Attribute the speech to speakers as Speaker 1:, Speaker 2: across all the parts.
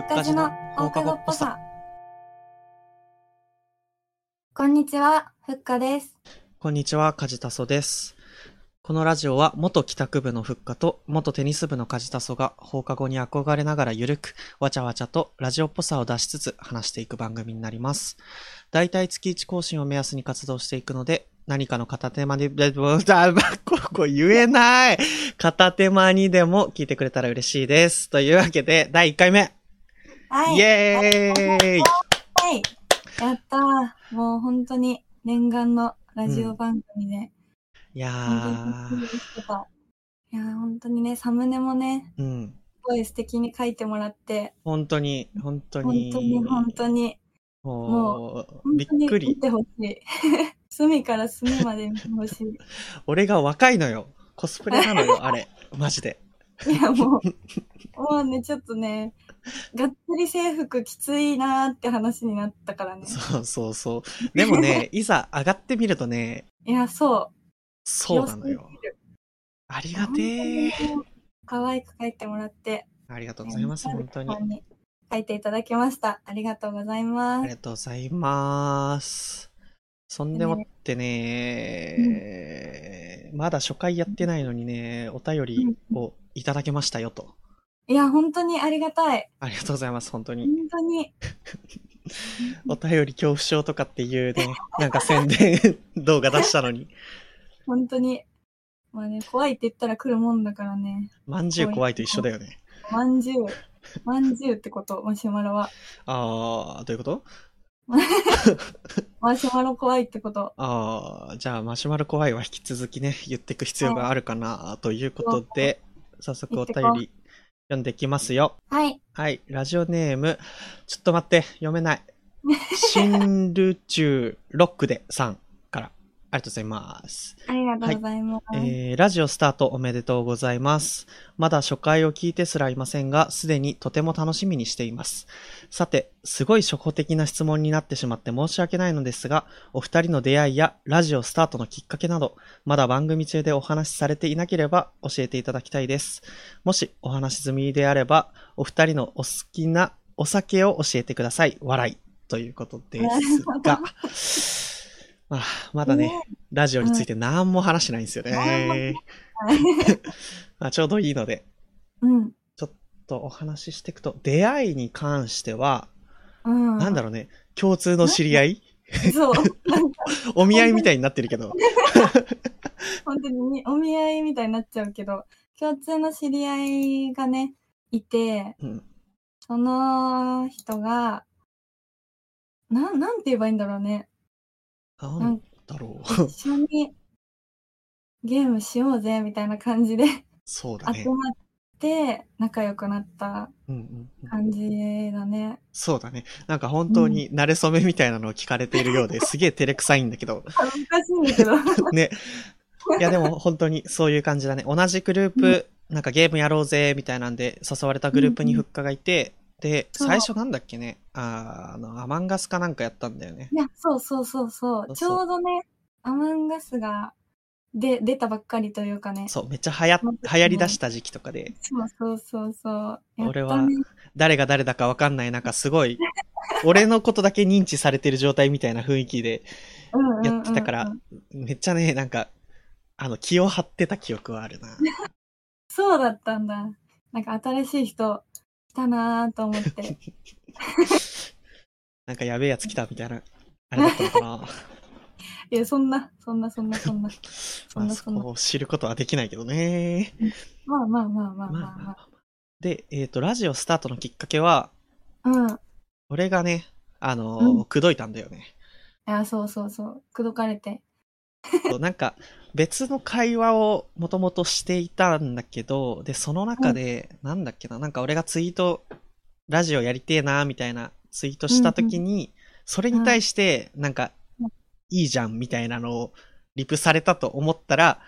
Speaker 1: っかじの放課後っぽさ。こんにちは、ふっかです。
Speaker 2: こんにちは、カジタソです。このラジオは元帰宅部のフッカと元テニス部のカジタソが放課後に憧れながらゆるくわちゃわちゃとラジオっぽさを出しつつ話していく番組になります。だいたい月1更新を目安に活動していくので何かの片手 間で、でもだここ言えない片手間にでも聞いてくれたら嬉しいです。というわけで第1回目、
Speaker 1: はい。
Speaker 2: イエーイ
Speaker 1: はい。やったー。もう本当に念願のラジオ番組で、
Speaker 2: いや
Speaker 1: 本当にびっくり
Speaker 2: ー、
Speaker 1: してた。いやー本当にね、サムネもね、
Speaker 2: うん。
Speaker 1: すごい素敵に書いてもらって、
Speaker 2: 本当に、本当
Speaker 1: 本
Speaker 2: に。
Speaker 1: 当に本当に、
Speaker 2: もう、
Speaker 1: 本
Speaker 2: び
Speaker 1: 当に
Speaker 2: っく
Speaker 1: 見
Speaker 2: り。
Speaker 1: てほしい。 隅から隅まで見てほしい。
Speaker 2: 俺が若いのよ。コスプレなのよ、あれ。 マジで。
Speaker 1: いやもう、もうね、ちょっとね、がっつり制服きついなーって話になったからね。
Speaker 2: そうそうそう。でも ね、いざ上がってみるとね、
Speaker 1: いや、そ
Speaker 2: そうなのよ。あり
Speaker 1: う。
Speaker 2: がてえ。
Speaker 1: 本当に可愛く描いてもらって、
Speaker 2: ありがとうございます、本当に。
Speaker 1: 本描いていただきました。ありがとうござい
Speaker 2: あ
Speaker 1: ま
Speaker 2: り
Speaker 1: す。
Speaker 2: がとうございます。そんでもってね、まだ初回やってないのにね、お便りをいただけましたよと。
Speaker 1: いや、本当にありがたい。
Speaker 2: ありがとうございます、本当に
Speaker 1: 本。当に。
Speaker 2: お便り恐怖症とかっていうね、なんか宣伝 動画出したのに。
Speaker 1: 本当に。まあね、怖いって言ったら来るもんだからね。
Speaker 2: まんじゅう怖いと一緒だよね。
Speaker 1: まんじゅう。まんじゅうってこと、マシュマロは。
Speaker 2: あー、どういうこと
Speaker 1: マシュマロ怖いってこと。
Speaker 2: あー、じゃあマシュマロ怖いは引き続きね、言っていく必要があるかな、ということで、早速お便
Speaker 1: 行って
Speaker 2: り読んでいきますよ。
Speaker 1: はい。
Speaker 2: はい、ラジオネーム、ちょっと待って、読めない。シンルチューロックでさんから、ありがとうございます。
Speaker 1: ありがとうございます。
Speaker 2: えーラジオスタートおめでとうございます。まだ初回を聞いてすらいませんが、すでにとても楽しみにしています。さて、すごい初歩的な質問になってしまって申し訳ないのですが、お二人の出会いやラジオスタートのきっかけなど、まだ番組中でお話しされていなければ教えていただきたいです。もしお話し済みであれば、お二人のお好きなお酒を教えてください。笑い。ということです が、まあ、まだね、ラジオについて何も話してないんですよね。まあちょうどいいので、
Speaker 1: うん。
Speaker 2: とお話ししていくと、出会いに関しては、
Speaker 1: うん。
Speaker 2: なんだろうね、共通の知り合い
Speaker 1: そう。
Speaker 2: お見合いみたいになってるけど、
Speaker 1: 本当にお見合いみたいになっちゃうけど、共通の知り合いがね、いて、
Speaker 2: うん、
Speaker 1: その人が、な、なんて言えばいいんだろうね。
Speaker 2: なんだろう。
Speaker 1: 一緒にゲームしようぜ、みたいな感じで
Speaker 2: そうだね
Speaker 1: 集。まって、仲良くなった
Speaker 2: うんうんうん
Speaker 1: 感じだね。
Speaker 2: そうだね。なんか本当に慣れ初めみたいなのを聞かれているようですげえ照れくさいんだけ ど、
Speaker 1: 恥ず かしいんだけど。
Speaker 2: ね。いやでも本当にそういう感じだね。同じグループ、なんかゲームやろうぜ、みたいなんで誘われたグループにフッカがいて、で、
Speaker 1: そう
Speaker 2: 最初なんだっけね。あーあの、アマンガスかなんかやったんだよね。
Speaker 1: いや、そうそうそうそう。
Speaker 2: そう
Speaker 1: ちょうどね、アマンガスが、で、出たばっかりというかね。
Speaker 2: そう、めっちゃ流行、
Speaker 1: うん
Speaker 2: 流行り出した時期とかで、
Speaker 1: そうそうそうそう。やったね
Speaker 2: 俺は誰が誰だかわかんない、なんか すごい、俺のことだけ認知されてる状態みたいな雰囲気で、やってたか
Speaker 1: うんうん
Speaker 2: ら
Speaker 1: うんうん、
Speaker 2: めっちゃね、なんか、あの、気を張ってた記憶はあるな。
Speaker 1: そうだったんだ。なんか新しい人来たなーと思 って。
Speaker 2: なんかやべえやつ来たみたいな、あれだったの かな。
Speaker 1: いや、そんな、そんな、そんな、そんな。
Speaker 2: ま
Speaker 1: ん
Speaker 2: あ、
Speaker 1: な
Speaker 2: そ
Speaker 1: そんな
Speaker 2: こを知ることはできないけどね。
Speaker 1: まあまあまあまあ
Speaker 2: ま
Speaker 1: ま
Speaker 2: あ
Speaker 1: あ、ま
Speaker 2: まあで、えっ、と、ラジオスタートのきっかけは、
Speaker 1: あ。うん。い
Speaker 2: 俺がね、あのー
Speaker 1: うん
Speaker 2: 口説いたんだよね。
Speaker 1: や、そうそうそう。口説かれて。
Speaker 2: そうなんか、別の会話をもともとしていたんだけど、で、その中で、なんだっけな、なんか俺がツイート、ラジオやりてえな、みたいなツイートしたときに、それに対して、なんか
Speaker 1: うん、
Speaker 2: いいじゃん、みたいなのをリプされたと思ったら、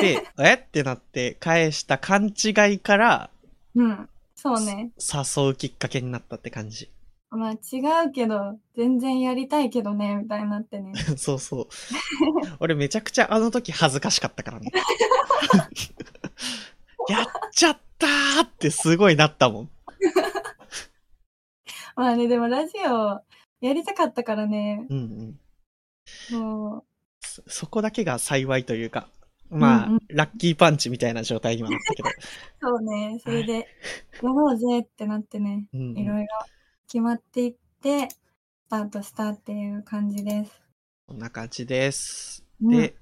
Speaker 2: で、えってなって返した勘違いから、
Speaker 1: うん。そうね。
Speaker 2: 誘うきっかけになったって感じ。
Speaker 1: まあ違うけど、全然やりたいけどね、みたいになって ね。
Speaker 2: そうそう。俺めちゃくちゃあの時恥ずかしかっ たからね。やっちゃったーってすごいなったもん。
Speaker 1: まあね、でもラジオやりたかったからね、
Speaker 2: うんうん。
Speaker 1: も
Speaker 2: そそこだけが幸いというか、まあ、
Speaker 1: うんうん
Speaker 2: ラッキーパンチみたいな状態には なったけど、
Speaker 1: う、そうね、それで、やろうぜってなってね、
Speaker 2: うんうん
Speaker 1: いろいろ決まっていって、スタートしたっていう感じです。
Speaker 2: こんな感じです。
Speaker 1: うん
Speaker 2: で、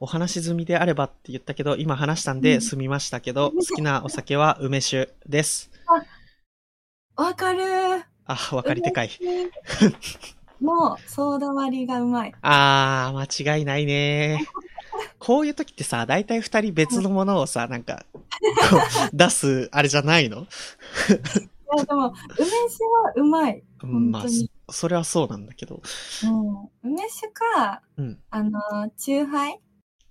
Speaker 2: お話し済みであればって言ったけど、今話したんで
Speaker 1: うん
Speaker 2: 済みました けど、好きなお酒は梅酒です。
Speaker 1: わかるー
Speaker 2: あ、わかりてかい。
Speaker 1: もう、ソーダ割りがうまい。
Speaker 2: あー、間違いないね。こういう時ってさ、大体二人別のものをさ、なんか、こ う出す、あれじゃないの
Speaker 1: いや、でも、梅酒はうまい。
Speaker 2: うんまあ
Speaker 1: 本当に、
Speaker 2: そそれはそうなんだけど。
Speaker 1: もう梅酒か、
Speaker 2: うん。
Speaker 1: あの、チューハイ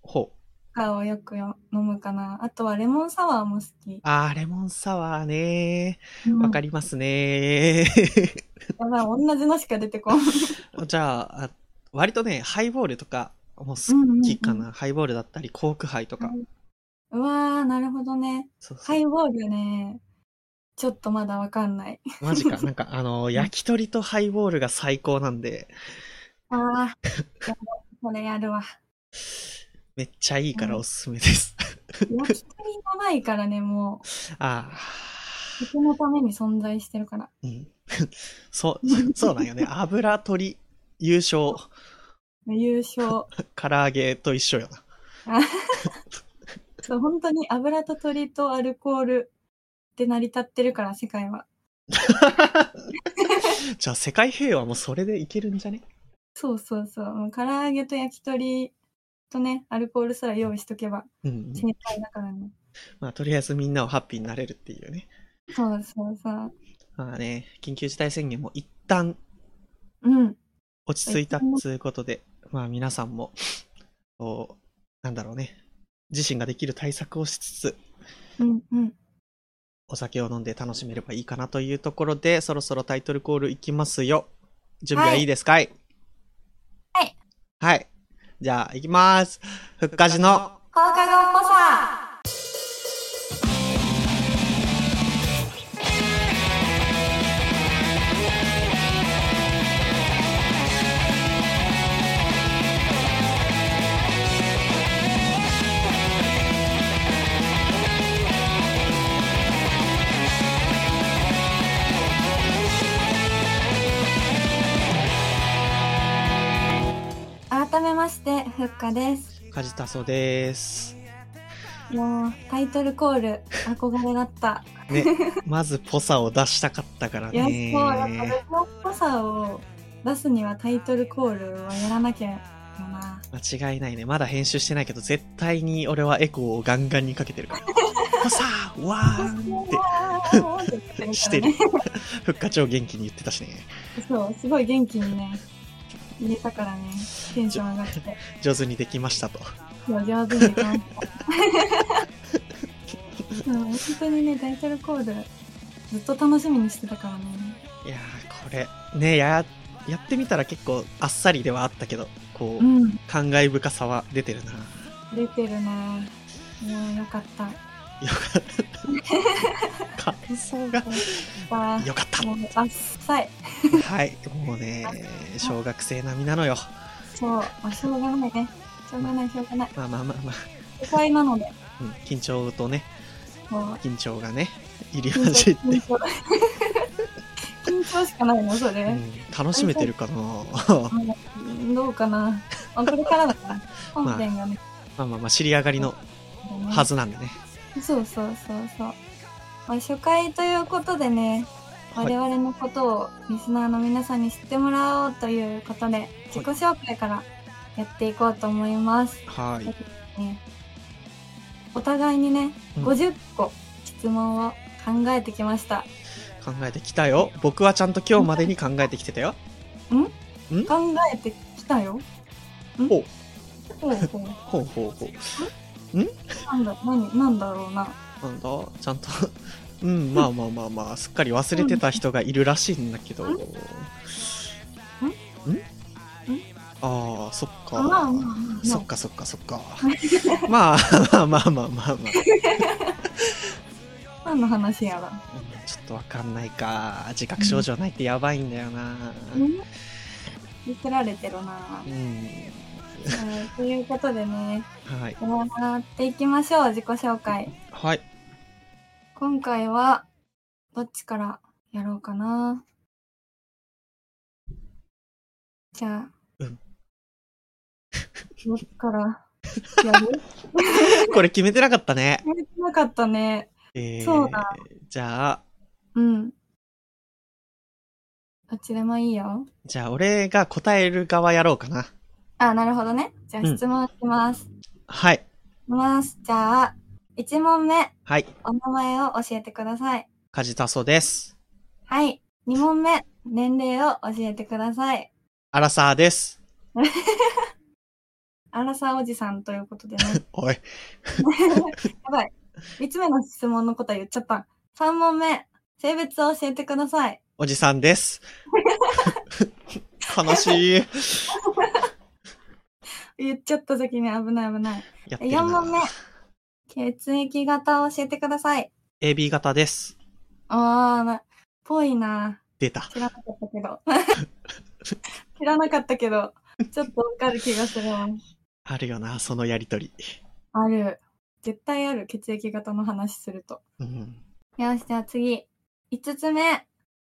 Speaker 2: ほう。
Speaker 1: とかをよくよ飲むかな。あとはレモンサワーも好き。
Speaker 2: あー、レモンサワーね
Speaker 1: うん
Speaker 2: わかりますね
Speaker 1: やばい、同じのしか出てこない。
Speaker 2: じゃああ、割とね、ハイボールとかも
Speaker 1: うんうん
Speaker 2: 好
Speaker 1: う
Speaker 2: き
Speaker 1: ん
Speaker 2: かな。ハイボールだったり、コークハイとか。
Speaker 1: うんうわー、なるほどね。
Speaker 2: そうそう
Speaker 1: ハイボールね、ちょっとまだわかんない。
Speaker 2: マジか。なんか、あの、焼き鳥とハイボールが最高なんで、
Speaker 1: あー、やばいこれやるわ。
Speaker 2: めっちゃいいからおすすめです。
Speaker 1: 焼き鳥やばいからね、も
Speaker 2: あ
Speaker 1: う、人のために存在してるから。
Speaker 2: あ、うん。そう、そうなんよね。油鶏優勝、
Speaker 1: 優勝。
Speaker 2: 唐揚げと一緒よな。
Speaker 1: そう本当に油と鳥とアルコールで成り立ってるから、世界は。
Speaker 2: じゃあ、世界平和もそれでいけるんじゃね
Speaker 1: そうそうそう。もう唐揚げと焼き鳥とね、アルコールすら用意しとけば
Speaker 2: うんうん。
Speaker 1: 正解だからね。
Speaker 2: まあ、とりあえずみんなをハッピーになれるっていうね。
Speaker 1: そうそうそう。
Speaker 2: まあね、緊急事態宣言も一旦
Speaker 1: うん。
Speaker 2: 落ち着いたっつうことで、まあ皆さんも、こう、なんだろうね、自身ができる対策をしつつ、
Speaker 1: うんうん。
Speaker 2: お酒を飲んで楽しめればいいかなというところで、そろそろタイトルコールいきますよ。準備はいいですかい
Speaker 1: はい。
Speaker 2: はい。じゃあ、いきます。ふっかじの、
Speaker 1: 放課後っぽさ改めまして、ふっかです。
Speaker 2: かじたそです。
Speaker 1: もうタイトルコール憧れだった。
Speaker 2: ね、まずポサを出したかったから
Speaker 1: いや、そう、
Speaker 2: ね。
Speaker 1: やっぱラジオっぽさを出すにはタイトルコールはやらなきゃよな。
Speaker 2: 間違いないね。まだ編集してないけど、絶対に俺はエコーをガンガンにかけてる から。ポサーわーんって。
Speaker 1: て
Speaker 2: してる。。ふっかちょう元気に言ってたしね。
Speaker 1: そう、すごい元気にね、入れたからね、テンション上がって、
Speaker 2: 上手にできましたと。
Speaker 1: 今日上手にできました。 そう本当にね、タイトルコール、ずっと楽しみにしてたからね。
Speaker 2: いやー、これ、ね、や、やってみたら結構あっさりではあったけど、こ
Speaker 1: う
Speaker 2: う、
Speaker 1: ん、
Speaker 2: 感慨深さは出てるな。
Speaker 1: 出てるね。いやー、よかった。よ
Speaker 2: よか った。感想が、
Speaker 1: かっ。
Speaker 2: よかったた。
Speaker 1: もう、あっさい。
Speaker 2: はい、もうね、小学生並みなのよ。
Speaker 1: そう、まあ、しょうがないね。しょうがない、しょうがない。
Speaker 2: まあまあまあまあ、
Speaker 1: 不快なので、
Speaker 2: うん、緊張とね、
Speaker 1: もう、
Speaker 2: 緊張がね、入り
Speaker 1: 緊
Speaker 2: 混じっ
Speaker 1: 張、
Speaker 2: て
Speaker 1: 緊。張。緊張しかないの、それ。
Speaker 2: うん楽しめて るか
Speaker 1: う
Speaker 2: な
Speaker 1: んどうかな。 まあ、これからだから、本編がね。
Speaker 2: まあまあまあ、知り上がりのはずなんでね。
Speaker 1: そうそうそうそう。まあ、初回ということでね、
Speaker 2: は
Speaker 1: 我
Speaker 2: い
Speaker 1: 々のことをリスナーの皆さんに知ってもらおうということで、自己紹介からやっていこうと思います。
Speaker 2: はい。
Speaker 1: ねお互いにね、
Speaker 2: うん
Speaker 1: 50個質問を考えてきました。
Speaker 2: 考えてきたよ。僕はちゃんと今日までに考えてきてたよ。
Speaker 1: 考えてきたよ。
Speaker 2: ほう、
Speaker 1: ほうほう。
Speaker 2: ほうほうほう。
Speaker 1: なんだ、何、なんだろうな。
Speaker 2: なんだちゃんと。 うん、まあまあまあまあ、すっかり忘れてた人がいるらしいんだけど。ん
Speaker 1: うん
Speaker 2: んああ、そっ
Speaker 1: あまあまあま
Speaker 2: か。
Speaker 1: あま
Speaker 2: そ
Speaker 1: あ
Speaker 2: っ。かそっかそっか。 まあまあまあまあまあまあ。
Speaker 1: 何の話やら。
Speaker 2: うんちょっとわかんないか。自覚症状ないってやばいんだよな。
Speaker 1: うん見せられてるな
Speaker 2: う。ん。
Speaker 1: はいということでね、
Speaker 2: はい。
Speaker 1: 終わっていきましょう、自己紹介。
Speaker 2: はい。
Speaker 1: 今回は、どっちからやろうかな。じゃあ、
Speaker 2: うん
Speaker 1: どっちからやる
Speaker 2: これ決めてなかったね。
Speaker 1: やれてなかったね。
Speaker 2: えー、
Speaker 1: そうだ。
Speaker 2: じゃあ、
Speaker 1: うん。どっちでもいいよ。
Speaker 2: じゃあ俺が答える側やろうかな。
Speaker 1: あ、なるほどね。じゃあ
Speaker 2: うん
Speaker 1: 質問します。
Speaker 2: はい。
Speaker 1: います。じゃあ、1問目、
Speaker 2: はい。
Speaker 1: お名前を教えてください。
Speaker 2: 梶田そうです。
Speaker 1: はい。2問目、年齢を教えてください。
Speaker 2: アラサーです。
Speaker 1: アラサーおじさんということでね。
Speaker 2: おい。
Speaker 1: やばい。3つ目の質問の答え言っちゃった。3問目、性別を教えてください。
Speaker 2: おじさ んです。悲しい。
Speaker 1: 言っちゃった先に危ない危ない。
Speaker 2: やってる
Speaker 1: 4問目
Speaker 2: な。、
Speaker 1: 血液型を教えてください。
Speaker 2: AB 型です。
Speaker 1: あーな、ぽいな。
Speaker 2: 出た。
Speaker 1: 知らなかったけど。 知らなかったけど、ちょっとわかる気がするわ。
Speaker 2: あるよな、そのやりとり。
Speaker 1: ある。絶対ある。血液型の話すると。
Speaker 2: うん。
Speaker 1: よし、じゃあ次。5つ目。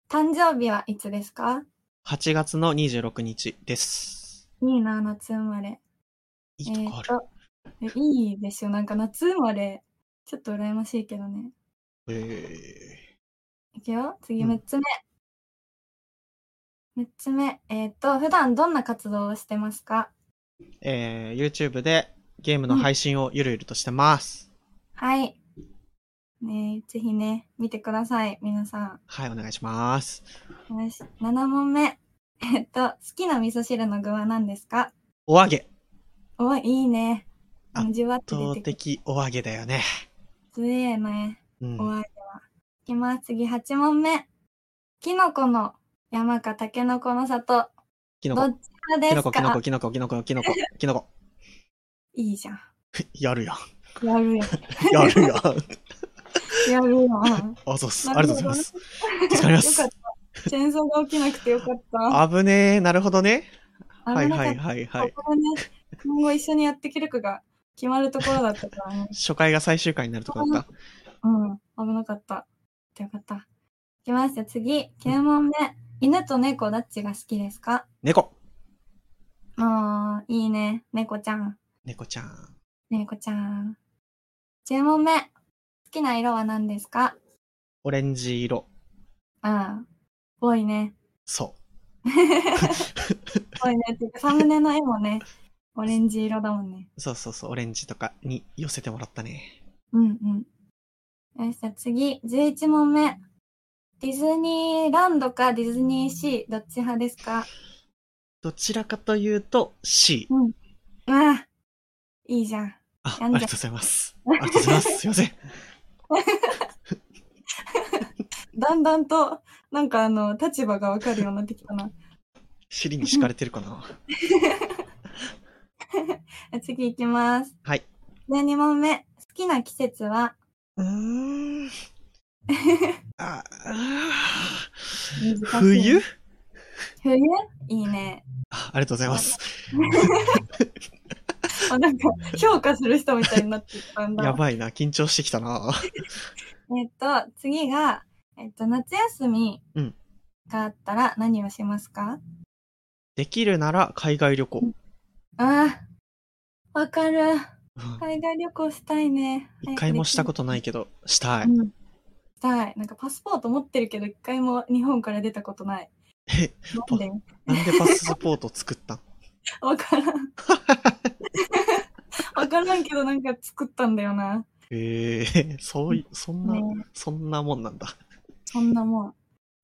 Speaker 1: 誕生日はいつですか
Speaker 2: 8月の26日です。
Speaker 1: いいな、夏生まれ。
Speaker 2: いいとこある。
Speaker 1: えーとえいいでしょ。なんか夏生まれ、ちょっと羨ましいけどね。
Speaker 2: え
Speaker 1: いくよ。次、
Speaker 2: うん
Speaker 1: 6つ目。6つ目。えっ、と、普段どんな活動をしてますか
Speaker 2: ーえー YouTube でゲームの配信をゆるゆるとしてます。
Speaker 1: はい。ねえぜひね、見てください、皆さん。
Speaker 2: はい、お願いします。
Speaker 1: よし、7問目。えっと、好きな味噌汁の具は何ですか
Speaker 2: お揚げ。
Speaker 1: お、いいね。
Speaker 2: あ
Speaker 1: じわって出
Speaker 2: 投
Speaker 1: てきて。
Speaker 2: 的お揚げだよね。
Speaker 1: 強えね。
Speaker 2: う
Speaker 1: お相
Speaker 2: ん。
Speaker 1: 手は。いきます。次、8問目。キノコの山かタケノコの里。
Speaker 2: キノ
Speaker 1: ど
Speaker 2: コ。
Speaker 1: っちらで
Speaker 2: キノ
Speaker 1: す
Speaker 2: コ、
Speaker 1: か
Speaker 2: キノコ、キノコ、キノコ、キノコ、キノコ。
Speaker 1: いいじゃん。
Speaker 2: やるやん。
Speaker 1: やるよ。
Speaker 2: やるやん。
Speaker 1: やるよ。
Speaker 2: あざっす。
Speaker 1: な
Speaker 2: あり
Speaker 1: る
Speaker 2: が
Speaker 1: ほど
Speaker 2: とうございます。 助かりま
Speaker 1: よかった。
Speaker 2: す。
Speaker 1: 戦争が起きなくてよかった。
Speaker 2: 危ねえ。なるほどね。はい
Speaker 1: 危なかった
Speaker 2: はいはいはい。
Speaker 1: ここね、今後一緒にやっていけるかが決まるところだったからね。
Speaker 2: 初回が最終回になるとこだった。
Speaker 1: うん、危なかった。よかった。いきますよ、次。9問目。犬と猫どっちが好きですか
Speaker 2: 猫。
Speaker 1: ああ、いいね。猫ちゃん。
Speaker 2: 猫ちゃん。
Speaker 1: 猫ちゃん。10問目。好きな色は何ですか
Speaker 2: オレンジ色。
Speaker 1: ああ、多いね。
Speaker 2: そ
Speaker 1: 多いね。てか、サムネの絵もね、 オレンジ色だもんね。
Speaker 2: う。そうそうそう。オレンジとかに寄せてもらったね。
Speaker 1: うんうん。よし、じゃあ次。11問目。ディズニーランドかディズニーシー、どっち派ですか
Speaker 2: どちらかというと C。
Speaker 1: ああ、いいじゃん。
Speaker 2: あ、あ
Speaker 1: や
Speaker 2: り
Speaker 1: んじゃ
Speaker 2: がとうございます。ありがとうござ います。すいません。
Speaker 1: だんだんと、なんかあの、立場がわかるようになってきたな。
Speaker 2: 尻に敷かれてるかな。
Speaker 1: 次行きます。
Speaker 2: はい。
Speaker 1: 12問目。好きな季節は
Speaker 2: うーん。ああ
Speaker 1: 難しい
Speaker 2: ー冬
Speaker 1: 冬いいね。
Speaker 2: あありがとうございます。
Speaker 1: あなんか、評価する人みたいになってきたんだ。
Speaker 2: やばいな。緊張してきたな。
Speaker 1: えっと、次が、えっと、夏休み
Speaker 2: うん
Speaker 1: があったら何をしますか、
Speaker 2: できるなら海外旅行。
Speaker 1: ああ、わかる。
Speaker 2: うん
Speaker 1: 海外旅行したいね。
Speaker 2: 一回もしたことないけど、したい。
Speaker 1: うんしたい。なんかパスポート持ってるけど、一回も日本から出たことない。
Speaker 2: え、
Speaker 1: なんで
Speaker 2: なんでパスポート 作ったん
Speaker 1: わからん。わからんけど、なんか作ったんだよな。
Speaker 2: ええそうい、そんな、
Speaker 1: ね
Speaker 2: そんなもんなんだ。
Speaker 1: そんなもん。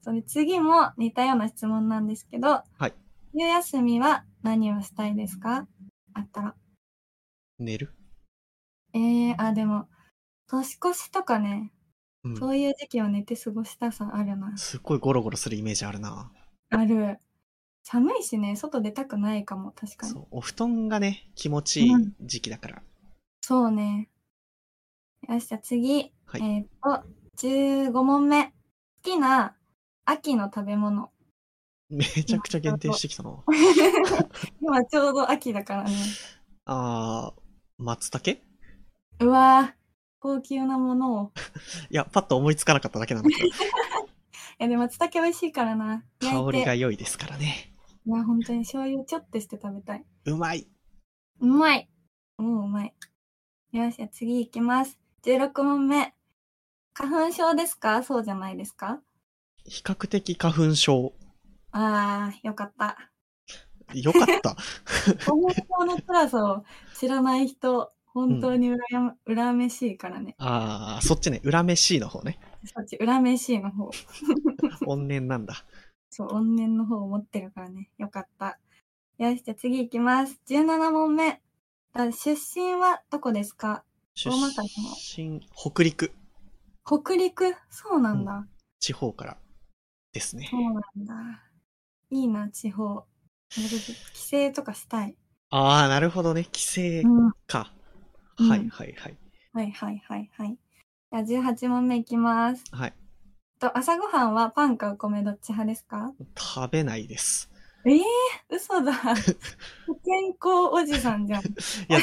Speaker 1: それ次も似たような質問なんですけど、
Speaker 2: はい
Speaker 1: 冬休みは何をしたいですかあったら。
Speaker 2: 寝る
Speaker 1: えー、あ、でも、年越しとかね、
Speaker 2: う
Speaker 1: そ
Speaker 2: ん。
Speaker 1: ういう時期を寝て過ごしたさあるな。
Speaker 2: すっごいゴロゴロするイメージあるな。
Speaker 1: ある。寒いしね、外出たくないかも、確かに。
Speaker 2: そ
Speaker 1: そう
Speaker 2: う、お布団がね、気持ちいい
Speaker 1: うん
Speaker 2: 時期だから。
Speaker 1: ね。よし、じゃあ次。
Speaker 2: は
Speaker 1: え
Speaker 2: い
Speaker 1: ーっと、15問目。きな秋の食べ物。
Speaker 2: めちゃくちゃ限定してきたな。
Speaker 1: 今ちょうど秋だからね。
Speaker 2: あー、松茸
Speaker 1: うわぁ、高級なものを。
Speaker 2: いや、パッと思いつかなかっただけなんだけど、
Speaker 1: いや、でも松茸美味しいからな。
Speaker 2: 香り
Speaker 1: い
Speaker 2: が
Speaker 1: て。
Speaker 2: 良いですからね。
Speaker 1: いや、本当に醤油をちょっとして食べたい。
Speaker 2: うまい。
Speaker 1: うまい。もううまい。よし、じゃあ次行きます。16問目。花粉症ですかそうじゃないですか
Speaker 2: 比較的花粉症。
Speaker 1: ああ、よかった。
Speaker 2: よかった。
Speaker 1: 花粉症の辛さを知らない人、本当にうらやま、恨めしいからね。
Speaker 2: あー、そっちね、裏飯の方ね。
Speaker 1: そっち、恨めしいの方。
Speaker 2: 怨念なんだ。
Speaker 1: そう、怨念の方を持ってるからね。よかった。よし、じゃあ次行きます。17問目。あ出身はどこですか
Speaker 2: 出
Speaker 1: 大正の
Speaker 2: 身、北陸
Speaker 1: 北陸そうなんだ。
Speaker 2: 地方からですね
Speaker 1: そ。うなんだ。いいな、地方。なんかちょっと帰省とかしたい。
Speaker 2: あー、なるほどね。帰省
Speaker 1: うん。は
Speaker 2: か。
Speaker 1: うん
Speaker 2: はいはいはい。
Speaker 1: いはいはいはい。じゃあ18問目いきます。
Speaker 2: はい。
Speaker 1: と朝ごはんはパンかお米どっち派ですか
Speaker 2: 食べないです。
Speaker 1: ええ嘘 だ。不健康おじさんじゃん。
Speaker 2: いや、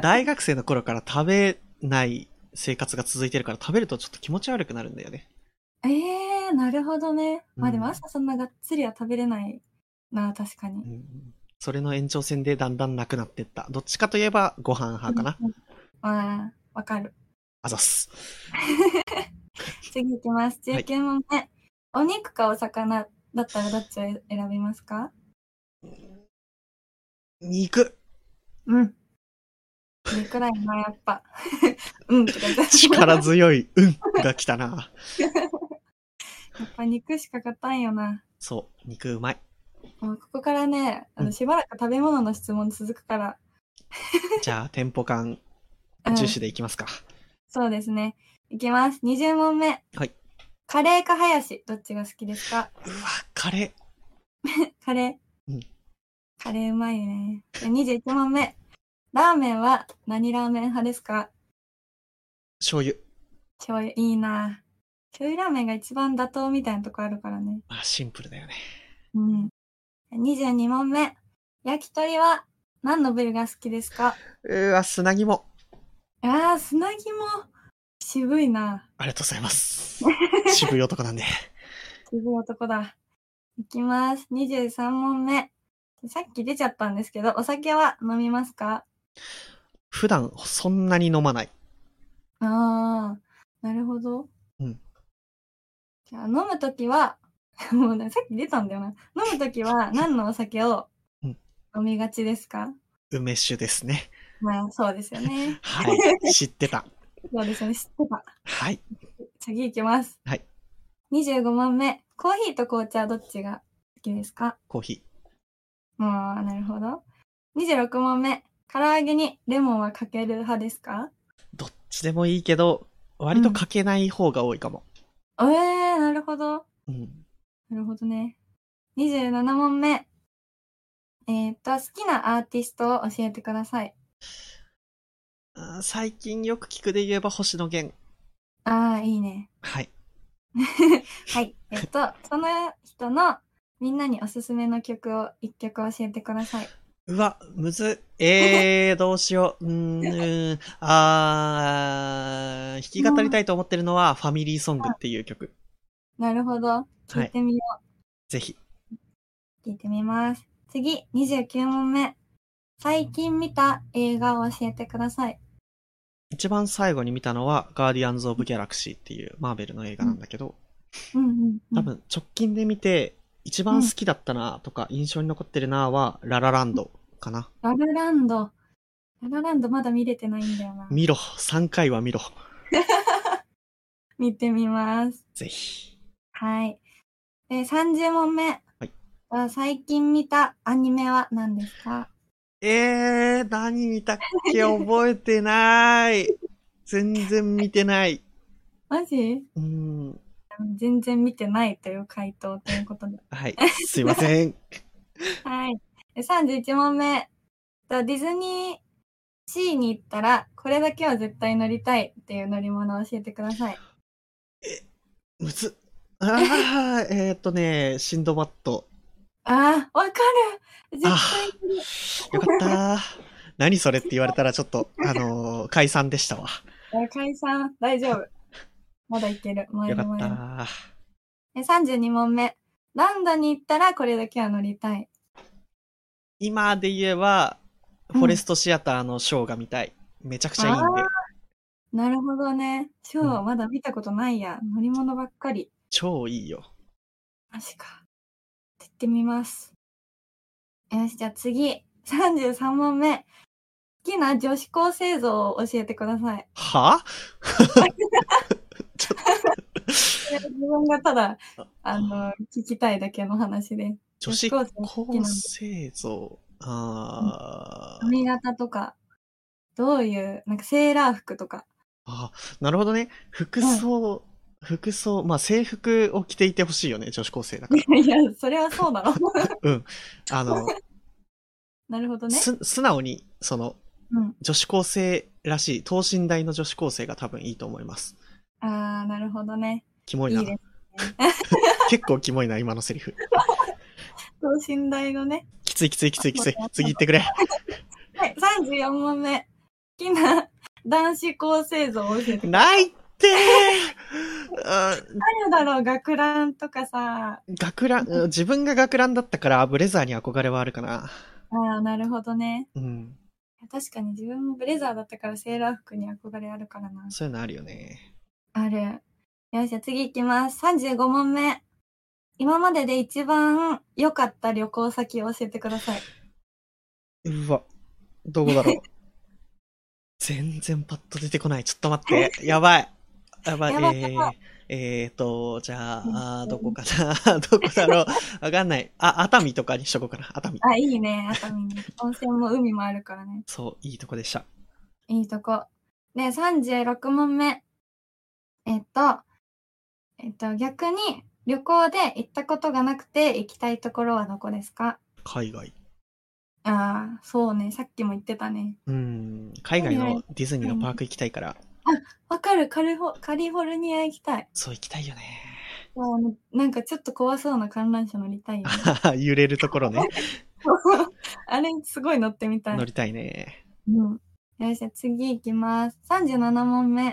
Speaker 2: 大学生の頃から食べない生活が続いてるから食べるとちょっと気持ち悪くなるんだよね。
Speaker 1: ええなるほどね。まあでも
Speaker 2: うん
Speaker 1: 朝そんながっつりは食べれないな、確かに
Speaker 2: う。んそれの延長線でだんだんなくなってった。どっちかといえばご飯派かな。
Speaker 1: まあ、わかる。
Speaker 2: あざっす。
Speaker 1: 次いきます。
Speaker 2: はい
Speaker 1: 19問目。お肉かお魚だったらどっちを選びますか
Speaker 2: 肉
Speaker 1: うん。肉だよな、やっぱ。 うんとか言っちゃった
Speaker 2: 力強い、うんが来たな。
Speaker 1: やっぱ肉しか勝たんよな。
Speaker 2: そう、肉うまい。
Speaker 1: もうここからね、あ
Speaker 2: うん
Speaker 1: のしばらく食べ物の質問続くから。
Speaker 2: じゃあ、テンポ感
Speaker 1: うん
Speaker 2: 重視でいきますか。
Speaker 1: そうですね。いきます。20問目。
Speaker 2: はい。
Speaker 1: カレーかハヤシ、どっちが好きですか
Speaker 2: うわ、カレ
Speaker 1: カレー。
Speaker 2: うん
Speaker 1: カレーうまいね。で21問目。ラーメンは何ラーメン派ですか
Speaker 2: ー、醤油。
Speaker 1: 醤油、いいな。醤油ラーメンが一番妥当みたいなとこあるからね。
Speaker 2: あ、シンプルだよね。
Speaker 1: うん。22問目。焼き鳥は何の部位が好きですか
Speaker 2: うわ、砂肝。
Speaker 1: ああ、砂肝。渋いな。
Speaker 2: ありがとうございます。渋い男なんで。
Speaker 1: 渋い男だ。いきます。23問目。さっき出ちゃったんですけど、お酒は飲みますか
Speaker 2: 普段、そんなに飲まない。
Speaker 1: ああ、なるほど。
Speaker 2: うん。
Speaker 1: じゃあ、飲むときは、 もうね、さっき出たんだよな。飲むとき は何のお酒を
Speaker 2: うん
Speaker 1: 飲みがちですか、
Speaker 2: 梅酒ですね。
Speaker 1: まあ、そうですよね。
Speaker 2: はい。知ってた。
Speaker 1: そうですよね。知ってた。
Speaker 2: はい。
Speaker 1: 次行きます。
Speaker 2: はい。
Speaker 1: 25問目。コーヒーと紅茶どっちが好きですか
Speaker 2: コーヒ
Speaker 1: ああ、なるほど。26問目。唐揚げにレモンはかける派ですか
Speaker 2: ー。どっちでもいいけど、割とかけない方が多いかも。
Speaker 1: ええー、なるほど。
Speaker 2: うん。
Speaker 1: なるほどね。27問目。えー、っと、好きなアーティストを教えてください。
Speaker 2: あー最近よく聞くで言えば星野源。
Speaker 1: ああ、いいね。
Speaker 2: はい。
Speaker 1: はい。えっと、その人のみんなにおすすめの曲を1曲教えてください。
Speaker 2: うわ、むず、えー、どうしよう。うーん、うーん、あー、弾き語りたいと思ってるのは、ファミリーソングっていう曲。
Speaker 1: なるほど。
Speaker 2: は
Speaker 1: 聞い
Speaker 2: い。
Speaker 1: てみよ
Speaker 2: ぜひ。
Speaker 1: う。聞いてみます。次、29問目。最近見た映画を教えてください。
Speaker 2: 一番最後に見たのは、ガーディアンズ・オブ・ギャラクシーっていうマーベルの映画なんだけど、
Speaker 1: うんうん、うん。
Speaker 2: 多分直近で見て、一番好きだったなとか、印象に残ってるなは、ララランドかな。
Speaker 1: ララランド。ララランドまだ見れてないんだよな。
Speaker 2: 見ろ。3回は見ろ。
Speaker 1: 見てみます。
Speaker 2: ぜひ。
Speaker 1: はい。で、30問目。
Speaker 2: はい
Speaker 1: あ最近見たアニメは何ですか
Speaker 2: えー、何見たっ け覚えてない。全然見てない。
Speaker 1: マジ
Speaker 2: うーん。
Speaker 1: 全然見てないという回答ということ で。
Speaker 2: はい。すいません。
Speaker 1: はい。で31問目。とディズニーシーに行ったら、これだけは絶対乗りたいっていう乗り物を教えてください。
Speaker 2: むずっ。あーえーっとね、シンドバッド。
Speaker 1: ああ、わかる絶
Speaker 2: あ
Speaker 1: 対に
Speaker 2: よかった ー。何それって言われたらちょっと、あのー解散でしたわ。
Speaker 1: あ解散、大丈夫。まだいける。前
Speaker 2: よか
Speaker 1: の
Speaker 2: っ
Speaker 1: 前
Speaker 2: た
Speaker 1: の。
Speaker 2: ー。
Speaker 1: え32問目。ランダに行ったらこれだけは乗りたい。
Speaker 2: 今で言えば、
Speaker 1: うん
Speaker 2: フォレストシアターのショーが見たい。めちゃくちゃいいんで。
Speaker 1: なるほどね。ショー
Speaker 2: う
Speaker 1: はまだ見たことないや。乗り物ばっかり。
Speaker 2: 超いいよ。
Speaker 1: マジか。行ってみます。よし、じゃあ次。33問目。好きな女子高生像を教えてください。
Speaker 2: は
Speaker 1: これ自分がただ、あの、聞きたいだけの話です。
Speaker 2: 女子
Speaker 1: 女
Speaker 2: 高
Speaker 1: 子高生好きなんで
Speaker 2: 生像。あー
Speaker 1: 髪型とか、どういう、なんかセーラー服とか。
Speaker 2: あ、なるほどね。服装、服装、まあ制服を着ていてほしいよね、女子高生だか ら。
Speaker 1: いや、それはそうだろ。
Speaker 2: あの、
Speaker 1: なるほどね。
Speaker 2: す素直に、その、
Speaker 1: うん。
Speaker 2: 女子高生らしい、等身大の女子高生が多分いいと思います。
Speaker 1: あー、なるほどね。
Speaker 2: キモい
Speaker 1: い
Speaker 2: な。
Speaker 1: いです。
Speaker 2: 結構キモいな、今のセリフ。
Speaker 1: 等身大のね。
Speaker 2: きついきついきついきつい。次行ってくれ。
Speaker 1: はい、34問目。好きな 男子高生像を教えて。
Speaker 2: ないってーあ
Speaker 1: 何だろう、学ランとかさ。
Speaker 2: 学ラン、うん自分が学ランだったから、ブレザーに憧れはあるかな。
Speaker 1: あー、なるほどね。
Speaker 2: うん。
Speaker 1: 確かに自分もブレザーだったからセーラー服に憧れあるからな。
Speaker 2: そういうのあるよね。
Speaker 1: ある。よし、じゃあ次行きます。35問目。今までで一番良かった旅行先を教えてください。
Speaker 2: うわ、どこだろう。全然パッと出てこない。ちょっと待って。やばい。やばい。
Speaker 1: やばい
Speaker 2: え
Speaker 1: やば
Speaker 2: ー、えーと、じゃあ、あーどこかな どこだろうわかんない。あ、熱海とかにしとこうかな。熱海。
Speaker 1: あ、いいね、熱海に。温泉も海もあるからね。
Speaker 2: そう、いいとこでした。
Speaker 1: いいとこ。で、36問目。えっと、えっと、逆に旅行で行ったことがなくて行きたいところはどこですか
Speaker 2: 海外。
Speaker 1: ああ、そうね、さっきも言ってたね。
Speaker 2: うん。海外のディズニーのパーク行きたいから、
Speaker 1: わかるカリフォカリフォルニア行きたい。
Speaker 2: そう行きたいよね。
Speaker 1: あのなんかちょっと怖そうな観覧車乗りたいよね、
Speaker 2: 揺れるところね。
Speaker 1: あれ、すごい乗ってみたい。
Speaker 2: 乗りたいね。
Speaker 1: うん。よっしゃ、次行きます。37問目。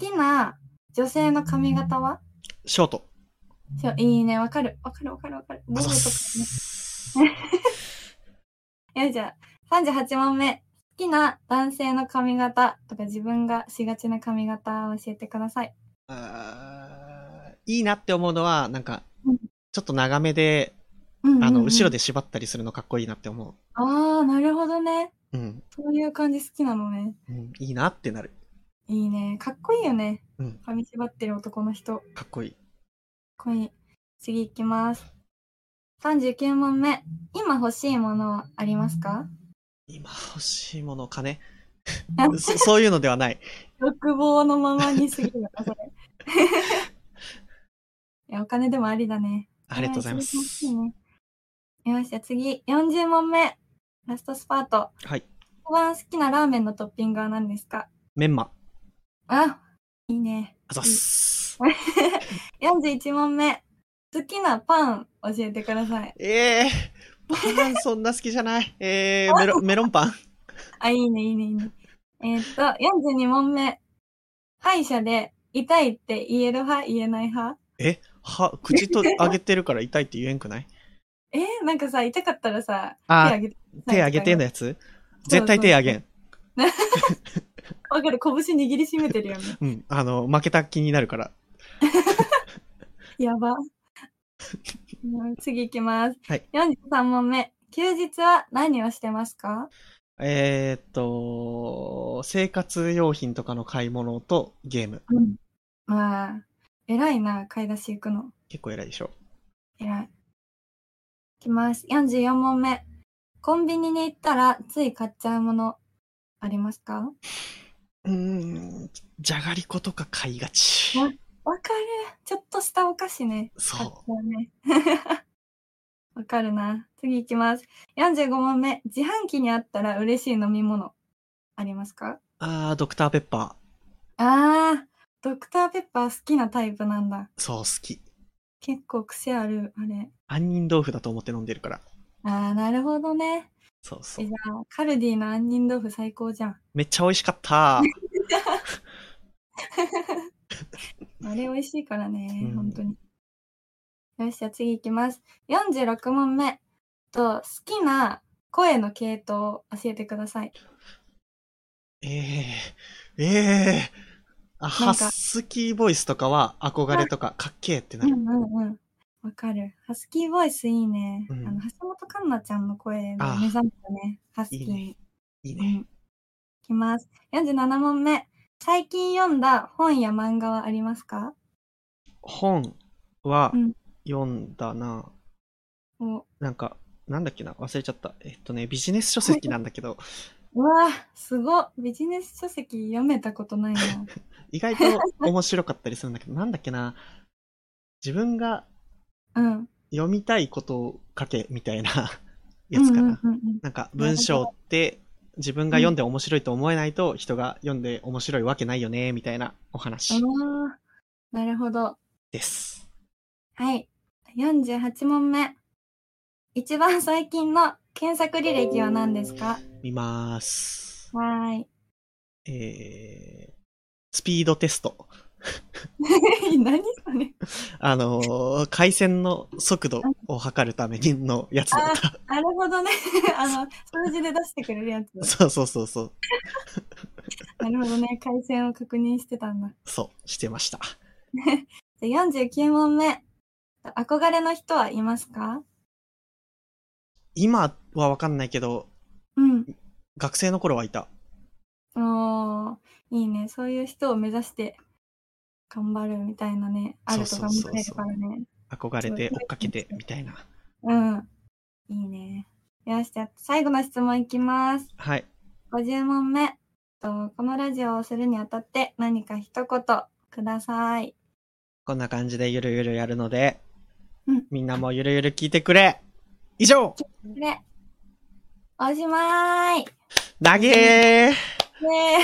Speaker 1: 好きな女性の髪型は
Speaker 2: ショート。
Speaker 1: そういいね、わかる。わかるわかるわかる。ボブ
Speaker 2: あ
Speaker 1: と
Speaker 2: ざ
Speaker 1: か
Speaker 2: っ
Speaker 1: ね。
Speaker 2: す
Speaker 1: よいしょ。38問目。好きな男性の髪型とか自分がしがちな髪型を教えてください。
Speaker 2: あーいいなって思うのは、なんか
Speaker 1: うん、
Speaker 2: ちょっと長めで、
Speaker 1: うんうんうん
Speaker 2: あの、後ろ。で縛ったりするのかっこいいなって思
Speaker 1: ああ、なるほどね。
Speaker 2: う。うん。
Speaker 1: そういう感じ好きなのね。
Speaker 2: うん、いいなってなる。
Speaker 1: いいね。かっこいいよね。
Speaker 2: うん
Speaker 1: 髪縛ってる男の人。かっ
Speaker 2: かっこいい。
Speaker 1: こいい。次行きます。39問目。今欲しいものはありますか
Speaker 2: 今欲しいも の、金。そそういうのではない。
Speaker 1: 欲望のままに過ぎるな、そ れ。 いや、お金でもありだね。
Speaker 2: ありがとうございます
Speaker 1: は。それも欲しいねよし、じゃあ次、40問目。ラストスパート。
Speaker 2: はい。
Speaker 1: 一番好きなラーメンのトッピングは何ですか
Speaker 2: メンマ。
Speaker 1: あ、いいね。
Speaker 2: あざっす。
Speaker 1: 41問目。好きなパン教えてください。
Speaker 2: ええー、パンそんな好きじゃない。え ー、メロメロンパン。
Speaker 1: あ、いいね、いいね、いいね。えーっと、42問目。歯医者で痛いって言える派言えない派
Speaker 2: えは、口と上げてるから痛いって言えんくない
Speaker 1: えーなんかさ、痛かったらさ、
Speaker 2: あー
Speaker 1: げて。
Speaker 2: 手上げてのやつ絶対手上げん。
Speaker 1: わかる、拳握りしめてるよね。
Speaker 2: うん。あの、負けた気になるから。
Speaker 1: や ば。うん次行きます。
Speaker 2: はい
Speaker 1: 43問目。休日は何をしてますか
Speaker 2: えーっと、生活用品とかの買い物とゲーム。
Speaker 1: うん。まあ、偉いな、買い出し行くの。
Speaker 2: 結構偉いでしょ。
Speaker 1: 偉い。いきます。44問目。コンビニに行ったらつい買っちゃうものありますか
Speaker 2: うーん、じゃがりことか買いがち。
Speaker 1: うんわかる。ちょっとしたお菓子ね。買っちゃ
Speaker 2: そう
Speaker 1: ね。 わかるな。次行きます。45問目。自販機にあったら嬉しい飲み物ありますか
Speaker 2: う。あー、ドクターペッパ
Speaker 1: あー、ドクターペッパー好きなタイプなんだ。
Speaker 2: ー。そう、好き。
Speaker 1: 結構癖ある、あれ。
Speaker 2: 杏仁豆腐だと思って飲んでるから。
Speaker 1: ああ、なるほどね。
Speaker 2: そうそ
Speaker 1: え
Speaker 2: う
Speaker 1: じ。ゃあ、カルディの杏仁豆腐最高じゃん。
Speaker 2: めっちゃ美味しか った。
Speaker 1: あれ美味しいからね、
Speaker 2: うん
Speaker 1: 本当に。よし、じゃあ次行きます。46問目。と、好きな声の系統を教えてください。
Speaker 2: ええええあ、
Speaker 1: な
Speaker 2: ハ
Speaker 1: んか
Speaker 2: スキーボイスとかは憧れとかかっけえってな
Speaker 1: うん
Speaker 2: る。
Speaker 1: うんうん。わかる。ハスキーボイスいいね。
Speaker 2: うん
Speaker 1: あの、橋本環奈ちゃんの声で目
Speaker 2: あー
Speaker 1: 覚めたね。ハスキー
Speaker 2: いい
Speaker 1: に。
Speaker 2: ね。いい
Speaker 1: うん
Speaker 2: ね。
Speaker 1: いきます。47問目。最近読んだ本や漫画はありますか
Speaker 2: 本は
Speaker 1: うん
Speaker 2: 読んだな。
Speaker 1: お
Speaker 2: なんか、なんだっけな忘れちゃった。えっとね、ビジネス書籍なんだけど、
Speaker 1: うわあすごっビジネス書籍読めたこと ないな。
Speaker 2: 意外と面白かったりするんだけど、 なんだっけな自分が
Speaker 1: うん。
Speaker 2: 読みたいことを書けみたいな やつかな。
Speaker 1: うんうんうん
Speaker 2: なんか文章って自分が読んで面白いと思えないと人が読んで面白いわけないよね、みたいなお話
Speaker 1: うん、あーなるほど。
Speaker 2: です。
Speaker 1: はい。48問目。一番最近の検索履歴は何ですか
Speaker 2: 見ます。
Speaker 1: わーい。
Speaker 2: えー、スピードテスト。
Speaker 1: 何それ
Speaker 2: あのー回線の速度を測るためにのやつだった。。
Speaker 1: なるほどね。 あの、数字で出してくれるやつ
Speaker 2: そうそうそうそう。
Speaker 1: なるほどね。回線を確認してたんだ。
Speaker 2: そう、してました。
Speaker 1: で49問目。憧れの人はいますか
Speaker 2: 今はわかんないけど、
Speaker 1: うん。
Speaker 2: 学生の頃はいた。
Speaker 1: おー、いいね。そういう人を目指して頑張るみたいなね。あると頑張れるからね。
Speaker 2: 憧れて追っかけてみたいな。
Speaker 1: うん。いいね。よし、じゃあ最後の質問いきます。
Speaker 2: はい。
Speaker 1: 50問目。とこのラジオをするにあたって何か一言ください。
Speaker 2: こんな感じでゆるゆるやるので、
Speaker 1: うん
Speaker 2: みんなもゆるゆる聞いてくれ以上
Speaker 1: それ。おしまーい。
Speaker 2: 投げ ー
Speaker 1: ね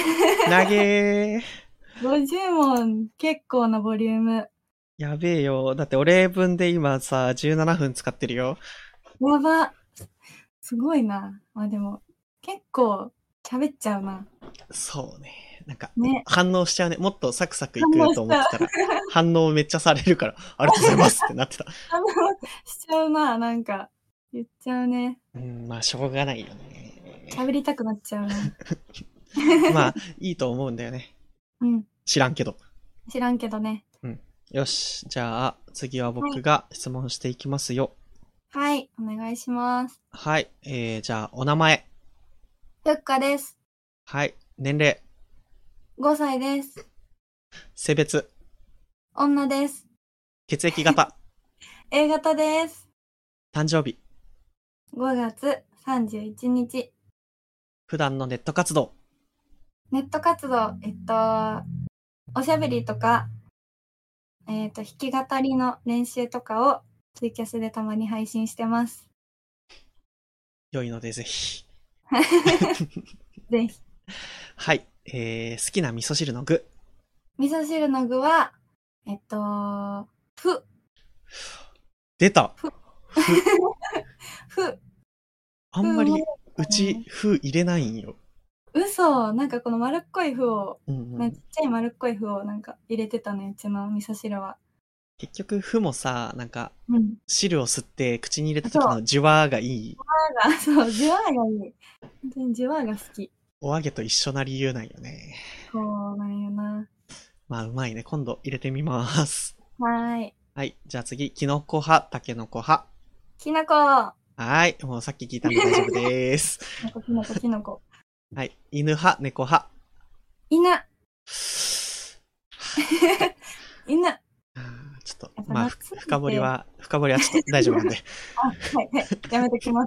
Speaker 2: 投げー
Speaker 1: え。50問、結構なボリューム。
Speaker 2: やべえよ。だってお礼分で今さ、17分使ってるよ。
Speaker 1: やば。すごいな。まあでも、結構喋っちゃうな。
Speaker 2: そうね。なんか、
Speaker 1: ね。
Speaker 2: 反応しちゃうね。もっとサクサクいくと思ってたら、反応めっちゃされるから、ありがとうございますってなってた。
Speaker 1: 反応しちゃうな。なんか、言っちゃうね。
Speaker 2: うん、まあ、しょうがないよね。
Speaker 1: 喋りたくなっちゃうな。
Speaker 2: まあ、いいと思うんだよね。
Speaker 1: うん。
Speaker 2: 知らんけど。
Speaker 1: 知らんけどね。
Speaker 2: よし。じゃあ、次は僕が質問していきますよ。
Speaker 1: はい。お願いします。
Speaker 2: はい。えー、じゃあ、お名前。
Speaker 1: ふっかです。
Speaker 2: はい。年齢。
Speaker 1: 5歳です。
Speaker 2: 性別。
Speaker 1: 女です。
Speaker 2: 血液型。
Speaker 1: A 型です。
Speaker 2: 誕生日。
Speaker 1: 5月31日。
Speaker 2: 普段のネット活動。
Speaker 1: ネット活動、えっと、おしゃべりとか、えっと、弾き語りの練習とかをツイキャスでたまに配信してます。
Speaker 2: 良いので、ぜひ。
Speaker 1: ぜひ。
Speaker 2: はい。えー、好きな味噌汁の具。
Speaker 1: 味噌汁の具は、えっと、ふ、
Speaker 2: 出た。
Speaker 1: ふ、
Speaker 2: あんまり
Speaker 1: うん、
Speaker 2: うち、風入れないんよ。
Speaker 1: 嘘なんかこの丸っこいふを、
Speaker 2: うん、う
Speaker 1: なん
Speaker 2: ん
Speaker 1: か。ちっちゃい丸っこいふをなんか入れてたね、うちの味噌汁は。
Speaker 2: 結局、風もさ、なんか、
Speaker 1: うん。
Speaker 2: 汁を吸って口に入れた時のジュワーがいい。
Speaker 1: なんか、 そう、ジュワーがいい。本当にジュワーが好き。
Speaker 2: お揚げと一緒な理由なんよね。
Speaker 1: そうなんよな。
Speaker 2: まあ、うまいね。今度入れてみます。
Speaker 1: はーい。
Speaker 2: はい。じゃあ次、キノコ派、タケノコ派。
Speaker 1: きなこなん
Speaker 2: はい。もうさっき聞いたんで大丈夫です。
Speaker 1: かきなこきなこ。
Speaker 2: はい。犬派、猫派。
Speaker 1: 犬犬
Speaker 2: あーちょっ
Speaker 1: やっぱ
Speaker 2: と、まあ、ふ
Speaker 1: 夏なんて
Speaker 2: 深掘りは、深掘りはちょっと大丈夫なんで。好
Speaker 1: あ、はいはい。やめときま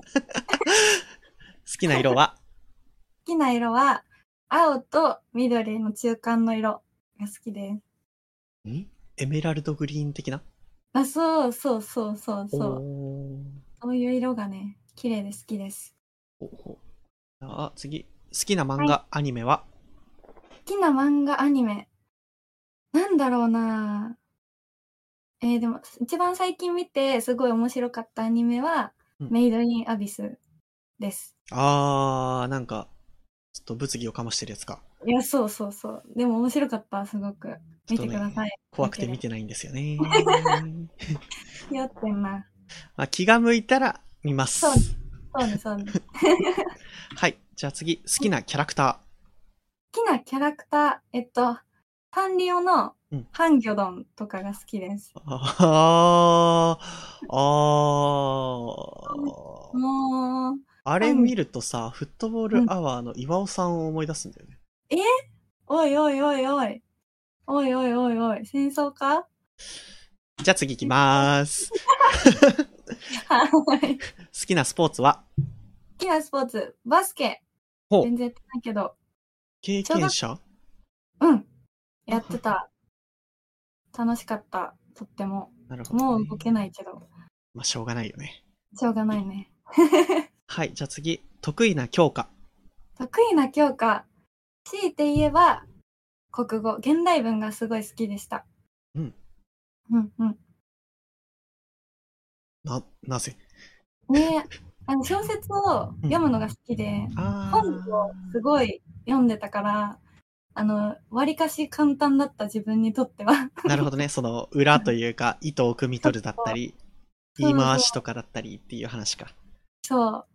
Speaker 1: す。
Speaker 2: きな色は、
Speaker 1: 好きな色は、青と緑の中間の色が好きです。
Speaker 2: んエメラルドグリーン的な
Speaker 1: あ、そうそうそうそうそう。
Speaker 2: おー
Speaker 1: そういう色がね、綺麗で好きです。
Speaker 2: ほうほうあ、次。好きな漫画、アニメは
Speaker 1: 好きな漫画、アニメ。なんだろうなえーでも一番最近見てすごい面白かったアニメは、
Speaker 2: うん
Speaker 1: メイドインアビスです。
Speaker 2: あー、なんか、ちょっと物議をかましてるやつか。
Speaker 1: いや、そうそうそう。でも面白かった、すごく。
Speaker 2: ち
Speaker 1: 見
Speaker 2: ょっと
Speaker 1: てくだ
Speaker 2: ね、
Speaker 1: さい。
Speaker 2: 怖くて見てないんですよね。
Speaker 1: やってんな。
Speaker 2: まあ、気が向いたら見ます。
Speaker 1: そうそうね、そうね。好
Speaker 2: はい。じゃあ次、好きなキャラクタ
Speaker 1: きなキャラクター、えっと、サンリオの
Speaker 2: うん
Speaker 1: ハンギョドンとかが好きです。
Speaker 2: ー。あー、あー。
Speaker 1: もう、
Speaker 2: あれ見るとさ、フットボールアワーの岩尾さんを思い出すんだよね。
Speaker 1: おいおいおいおい。おいおいおいおい、戦争か
Speaker 2: じゃあ次行きまーす。
Speaker 1: はい。
Speaker 2: 好きなスポーツは
Speaker 1: 好きなスポーツ、バスケ。
Speaker 2: ほう
Speaker 1: 全然やってないけど、
Speaker 2: 経験者
Speaker 1: うん。やってた。楽しかった。とっても。
Speaker 2: なるほど、
Speaker 1: も
Speaker 2: ね
Speaker 1: う。動けないけど、
Speaker 2: まあ、しょうがないよね。
Speaker 1: しょうがないね。
Speaker 2: はい。じゃあ次、得意な教科。
Speaker 1: 得意な教科、強いて言えば、国語、現代文がすごい好きでした。
Speaker 2: うん。
Speaker 1: うんうん。
Speaker 2: な、なぜ
Speaker 1: ねあの小説を読むのが好きで、
Speaker 2: あ
Speaker 1: 本をすごい読んでたから、あの、割かし簡単だった自分にとっては。
Speaker 2: ー。なるほどね。その、裏というか、意図を汲み取るだったり、
Speaker 1: そうそう
Speaker 2: 言い回しとかだったりっていう話か。
Speaker 1: そう。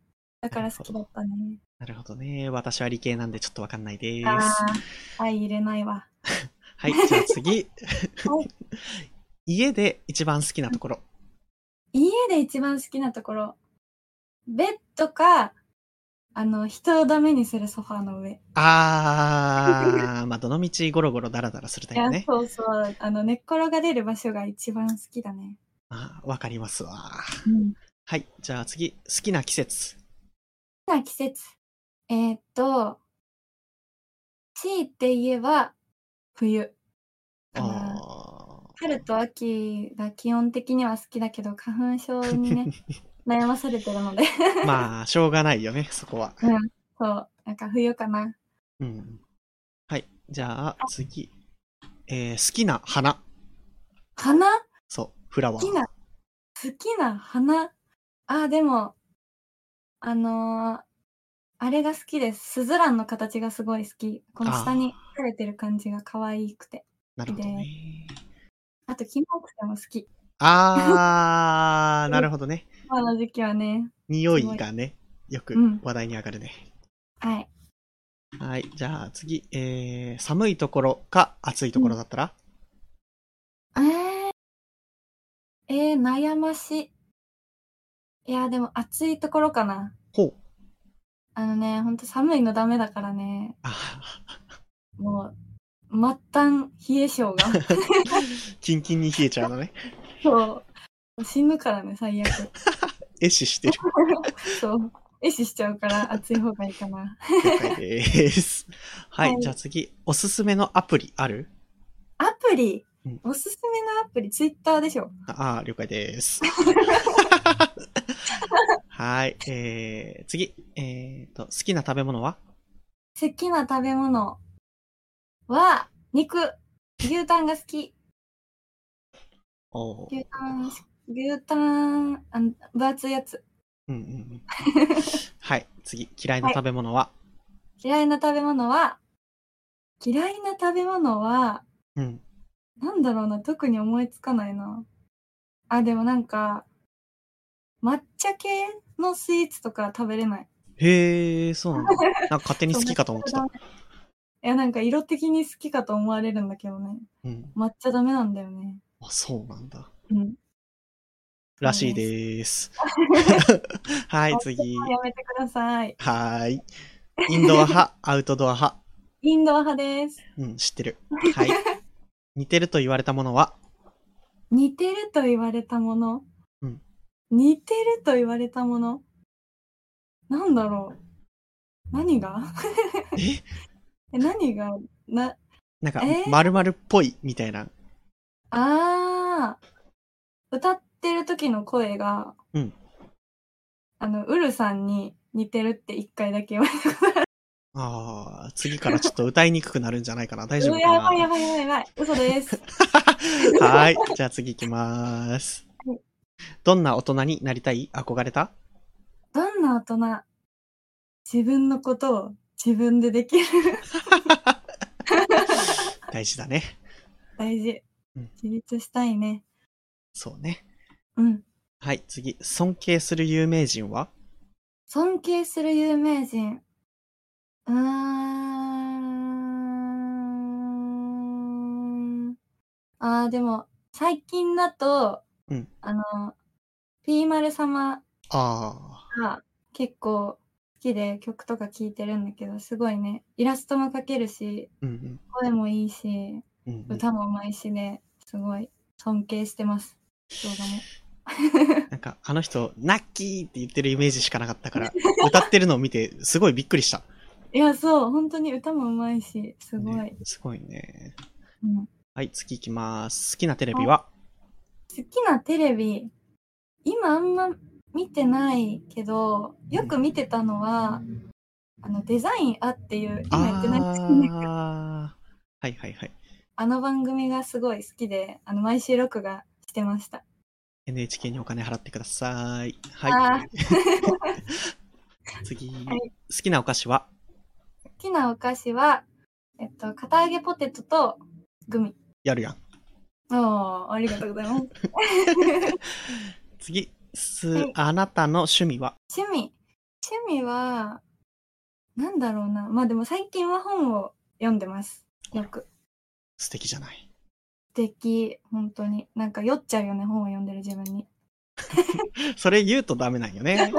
Speaker 1: だから好きだったね。
Speaker 2: なるほどね。私は理系なんでちょっとわかんないです。
Speaker 1: あ
Speaker 2: は
Speaker 1: あ、愛入れないわ。
Speaker 2: い。じゃあ 次。家で一番好きなところ。
Speaker 1: 家で一番好きなところ、ベッドか、あの、人をダメにするソファーの上。
Speaker 2: あ ー、まあ、どのみちゴロゴロダラダラするタ
Speaker 1: い
Speaker 2: イプ
Speaker 1: や、
Speaker 2: ね。
Speaker 1: そうそう。あの、寝っ転がれる場所が一番好きだね。
Speaker 2: あーわかりますわ。
Speaker 1: うん。
Speaker 2: はい。じゃあ次、好きな季節。
Speaker 1: 好きな季節。えーっと、強いて言えば、冬。あの
Speaker 2: あー
Speaker 1: 春と秋が基本的には好きだけど、花粉症にね、悩まされてるので。
Speaker 2: まあ、しょうがないよね、そこは。
Speaker 1: そう。なんか冬かな。
Speaker 2: うん。はい。じゃあ、次。えー好きな花。
Speaker 1: 花
Speaker 2: そう、フラワ
Speaker 1: 好
Speaker 2: ー。
Speaker 1: きな、好きな花。あ、でも、あのーあれが好きです。スズランの形がすごい好き。この下に垂れてる感じが可愛くて。
Speaker 2: なるほどね。
Speaker 1: あと、キンモクセイも好き。
Speaker 2: あー、なるほどね。
Speaker 1: 今の時期はね。
Speaker 2: 匂いがね、よく
Speaker 1: うん
Speaker 2: 話題に上がるね。
Speaker 1: はい。
Speaker 2: はい。じゃあ次、えー寒いところか暑いところだったら、
Speaker 1: えー、えー、悩ましい。いや、でも暑いところかな。
Speaker 2: ほう。
Speaker 1: あのね、ほんと寒いのダメだからね。
Speaker 2: あ
Speaker 1: もう、末端冷え性が。
Speaker 2: ーキンキンに冷えちゃうの ね。
Speaker 1: そう。死ぬからね、最悪。
Speaker 2: 壊死してる。
Speaker 1: そう。壊死しちゃうから熱い方がいいかな。
Speaker 2: 了解 です。はい。
Speaker 1: はい
Speaker 2: じゃあ次、おすすめのアプリある
Speaker 1: アプリ、
Speaker 2: うん
Speaker 1: おすすめのアプリ、ツイッターでしょ。
Speaker 2: ああ、了解 です。はい。えー、次。えーと、好きな食べ物は
Speaker 1: 好きな食べ物は、肉。牛タンが好き。
Speaker 2: おー
Speaker 1: 牛タン、牛タン、あの分厚いやつ。
Speaker 2: うんうん うん。はい。次。嫌いな食べ物は、
Speaker 1: 嫌いな食べ物は、嫌いな食べ物は、
Speaker 2: うん。
Speaker 1: なんだろうな、特に思いつかないな。あ、でもなんか、抹茶系のスイーツとか食べれない。
Speaker 2: へえ、そう なんだ。なんか勝手に好きかと思って
Speaker 1: そ
Speaker 2: た
Speaker 1: う。いや、なんか色的に好きかと思われるんだけどね。
Speaker 2: うん。
Speaker 1: 抹茶ダメなんだよね。
Speaker 2: あ、そうなんだ。
Speaker 1: うん。
Speaker 2: らしいです。 はい、次。
Speaker 1: やめてください。
Speaker 2: はーい。インドア派、アウトドア派。
Speaker 1: インドア派です。
Speaker 2: うん、知ってる。はい。似てると言われたものは、
Speaker 1: 似てると言われたもの。
Speaker 2: うん
Speaker 1: 似てると言われたもの。なんだろう。何が
Speaker 2: え
Speaker 1: え何がな、
Speaker 2: なんか
Speaker 1: え、ー
Speaker 2: 〇〇っぽいみたいな。
Speaker 1: あー。歌ってる時の声が、
Speaker 2: うん
Speaker 1: あの、ウルさんに似てるって一回だけ言われた。
Speaker 2: ああ、次からちょっと歌いにくくなるんじゃ ないかな。大丈
Speaker 1: う
Speaker 2: 夫
Speaker 1: わや
Speaker 2: かな
Speaker 1: ばいやばいやばいやばい。嘘 です。
Speaker 2: はーい。じゃあ次行きます。どんな大人になりたい憧れた
Speaker 1: どんな大人自分のことを自分でできる。
Speaker 2: 大事だね。
Speaker 1: 大事
Speaker 2: うん。
Speaker 1: 自立したいね。
Speaker 2: そうね。
Speaker 1: うん。
Speaker 2: はい、次。尊敬する有名人は
Speaker 1: 尊敬する有名人。うーん。ああ、でも、最近だと、
Speaker 2: うん
Speaker 1: あの、ピーマル様
Speaker 2: あ
Speaker 1: が結構好きで曲とか聴いてるんだけど、すごいね、イラストも描けるし、
Speaker 2: あ、うん
Speaker 1: 声もいいし、
Speaker 2: うん。うんうん、
Speaker 1: 歌もうまいしね、すごい尊敬してます。動画も。
Speaker 2: なんか、あの人、ナッキーって言ってるイメージしかなかったから、 歌ってるのを見て、すごいびっくりした。
Speaker 1: いや、そう、本当に歌もうまいし、すごい。
Speaker 2: ねすごいね。
Speaker 1: うん
Speaker 2: はい、次行きます。好きなテレビは
Speaker 1: 好きなテレビ、今あんま見てないけど、よく見てたのは、あの、デザインあっていう、今やってないですけどね
Speaker 2: ああ。はいはいはい。
Speaker 1: あの番組がすごい好きで、あの、毎週録画してました。
Speaker 2: NHK にお金払ってください。
Speaker 1: あ
Speaker 2: はい。 次、
Speaker 1: はい
Speaker 2: 好きなお菓子は
Speaker 1: 好きなお菓子は、えっと、片揚げポテトとグミ。
Speaker 2: やるやん。
Speaker 1: おー、ありがとうございます。
Speaker 2: 次、す、
Speaker 1: はい
Speaker 2: あなたの趣味は
Speaker 1: 趣味。趣味は、なんだろうな。まあでも最近は本を読んでます。よく。
Speaker 2: 素敵じゃない。
Speaker 1: 素敵、本当に。なんか酔っちゃうよね、本を読んでる自分に。
Speaker 2: それ言うとダメなんよね。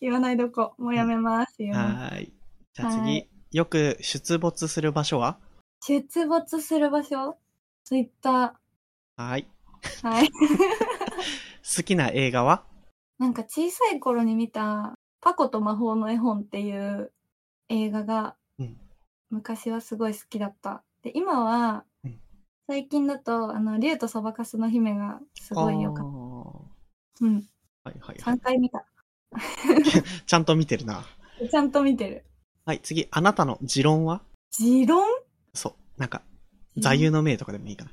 Speaker 1: 言わないどこ。もうやめます。言わない
Speaker 2: はーい。じゃあ
Speaker 1: は
Speaker 2: 次
Speaker 1: い、
Speaker 2: よく出没する場所は
Speaker 1: 出没する場所ツイッタ
Speaker 2: はーい。
Speaker 1: ー。はい。
Speaker 2: 好きな映画は
Speaker 1: なんか小さい頃に見た、パコと魔法の絵本っていう映画が
Speaker 2: うん、
Speaker 1: 昔はすごい好きだった。で、今は
Speaker 2: うん、
Speaker 1: 最近だと、あの、竜とそばかすの姫がす
Speaker 2: す
Speaker 1: ごいよかっ
Speaker 2: は
Speaker 1: た。うん。
Speaker 2: いはいはい
Speaker 1: 3。回見た。
Speaker 2: ちゃんと見てるな。
Speaker 1: ちゃんと見てる。
Speaker 2: はい、次、あなたの持論は
Speaker 1: 持論
Speaker 2: そう。なんか、座右の銘とかでもいいかな。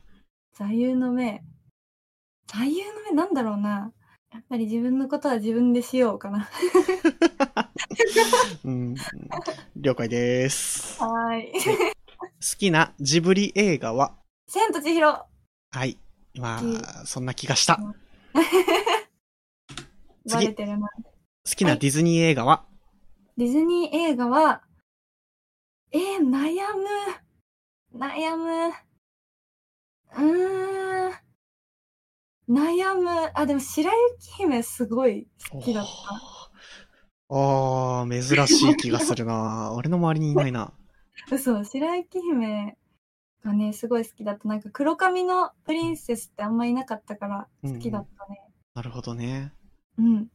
Speaker 1: 座右の銘。座右の銘なんだろうな。やっぱり自分のことは自分でしようかな。
Speaker 2: うん、了解です。好
Speaker 1: はーい。
Speaker 2: きなジブリ映画は
Speaker 1: 千と千尋。
Speaker 2: はい。ま
Speaker 1: 好
Speaker 2: あ、そんな気 がした。好次
Speaker 1: バレてるな。
Speaker 2: きなディズニー映画は、
Speaker 1: ディズニー映画は、えー、悩む。悩む。うーん。悩む。あ、でも白雪姫すごい好きだった。
Speaker 2: おー、珍しい気がする な俺の周りにいないな。
Speaker 1: 嘘、白雪姫がね、すごい好きだった。なんか黒髪のプリンセスってあんまいなかったから
Speaker 2: うん
Speaker 1: 好きだったね。
Speaker 2: なるほどね。
Speaker 1: うん。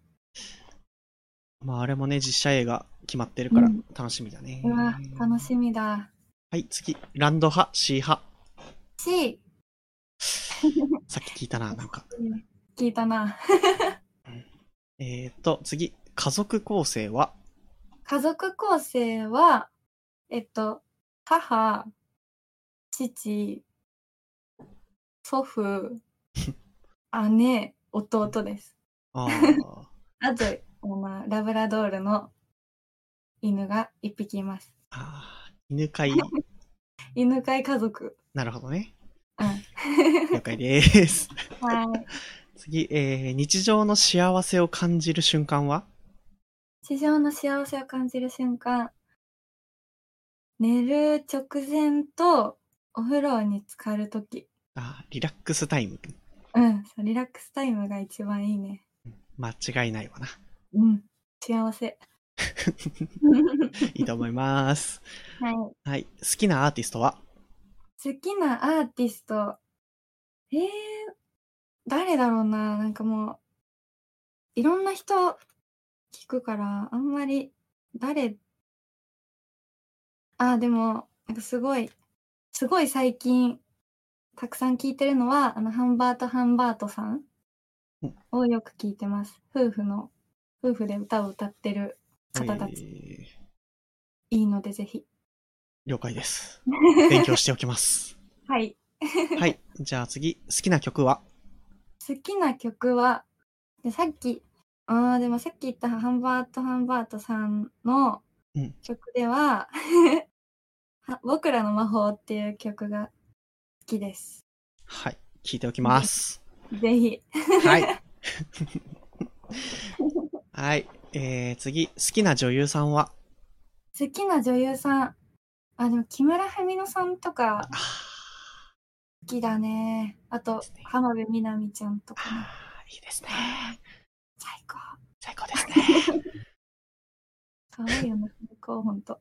Speaker 2: まあ、あれもね、実写映画決まってるから
Speaker 1: うん
Speaker 2: 楽しみだね。
Speaker 1: うわ、楽しみだ。
Speaker 2: はい、次。ランド派、シー派。
Speaker 1: し、
Speaker 2: さっき聞いたな、なんか。
Speaker 1: 聞いたな。
Speaker 2: えーっと、次。家族構成は
Speaker 1: 家族構成は、えっと、母、父、祖父、姉、弟です。
Speaker 2: あー
Speaker 1: あと、まあ、ラブラドールの犬が一匹います。
Speaker 2: あー、犬飼い。
Speaker 1: 犬飼い家族。
Speaker 2: なるほどね。
Speaker 1: うん。
Speaker 2: 了解です。
Speaker 1: はい。
Speaker 2: 次、えー、日常の幸せを感じる瞬間は
Speaker 1: 地上の幸せを感じる瞬間。寝る直前とお風呂に浸かるとき。
Speaker 2: あーリラックスタイム。
Speaker 1: うんそう。リラックスタイムが一番いいね。
Speaker 2: 間違いないわな。
Speaker 1: うん。幸せ。
Speaker 2: いいと思います。
Speaker 1: はい。好
Speaker 2: はい。好きなアーティストは
Speaker 1: きなアーティスト。えー、誰だろうな。なんかもう、いろんな人聞くから、あんまり、誰、あー、でも、なんかすごい、すごい最近、たくさん聞いてるのは、あの、ハンバート・ハンバートさん
Speaker 2: うん
Speaker 1: をよく聞いてます。夫婦の、夫婦で歌を歌ってる方たち。
Speaker 2: えー
Speaker 1: いいので、ぜひ。
Speaker 2: 了解 です。勉強しておきます。
Speaker 1: はい。
Speaker 2: はい。じゃあ次、好きな曲は
Speaker 1: 好きな曲は、でさっき、ああ、でもさっき言ったハンバート・ハンバートさんの
Speaker 2: うん
Speaker 1: 曲では、 は僕らの魔法っていう曲が好きです。
Speaker 2: はい。聞いておきます。
Speaker 1: ぜ ひ。
Speaker 2: はい。はい。えー、次、好きな女優さんは
Speaker 1: 好きな女優さん、あ、でも木村文乃さんとか
Speaker 2: あ
Speaker 1: 好きだね。あと
Speaker 2: ですね、
Speaker 1: 浜辺美波ちゃんと
Speaker 2: ー
Speaker 1: かね、
Speaker 2: あー、いいですね。
Speaker 1: 最高。
Speaker 2: 最高ですね。
Speaker 1: 可愛いよね、最高、ほんと。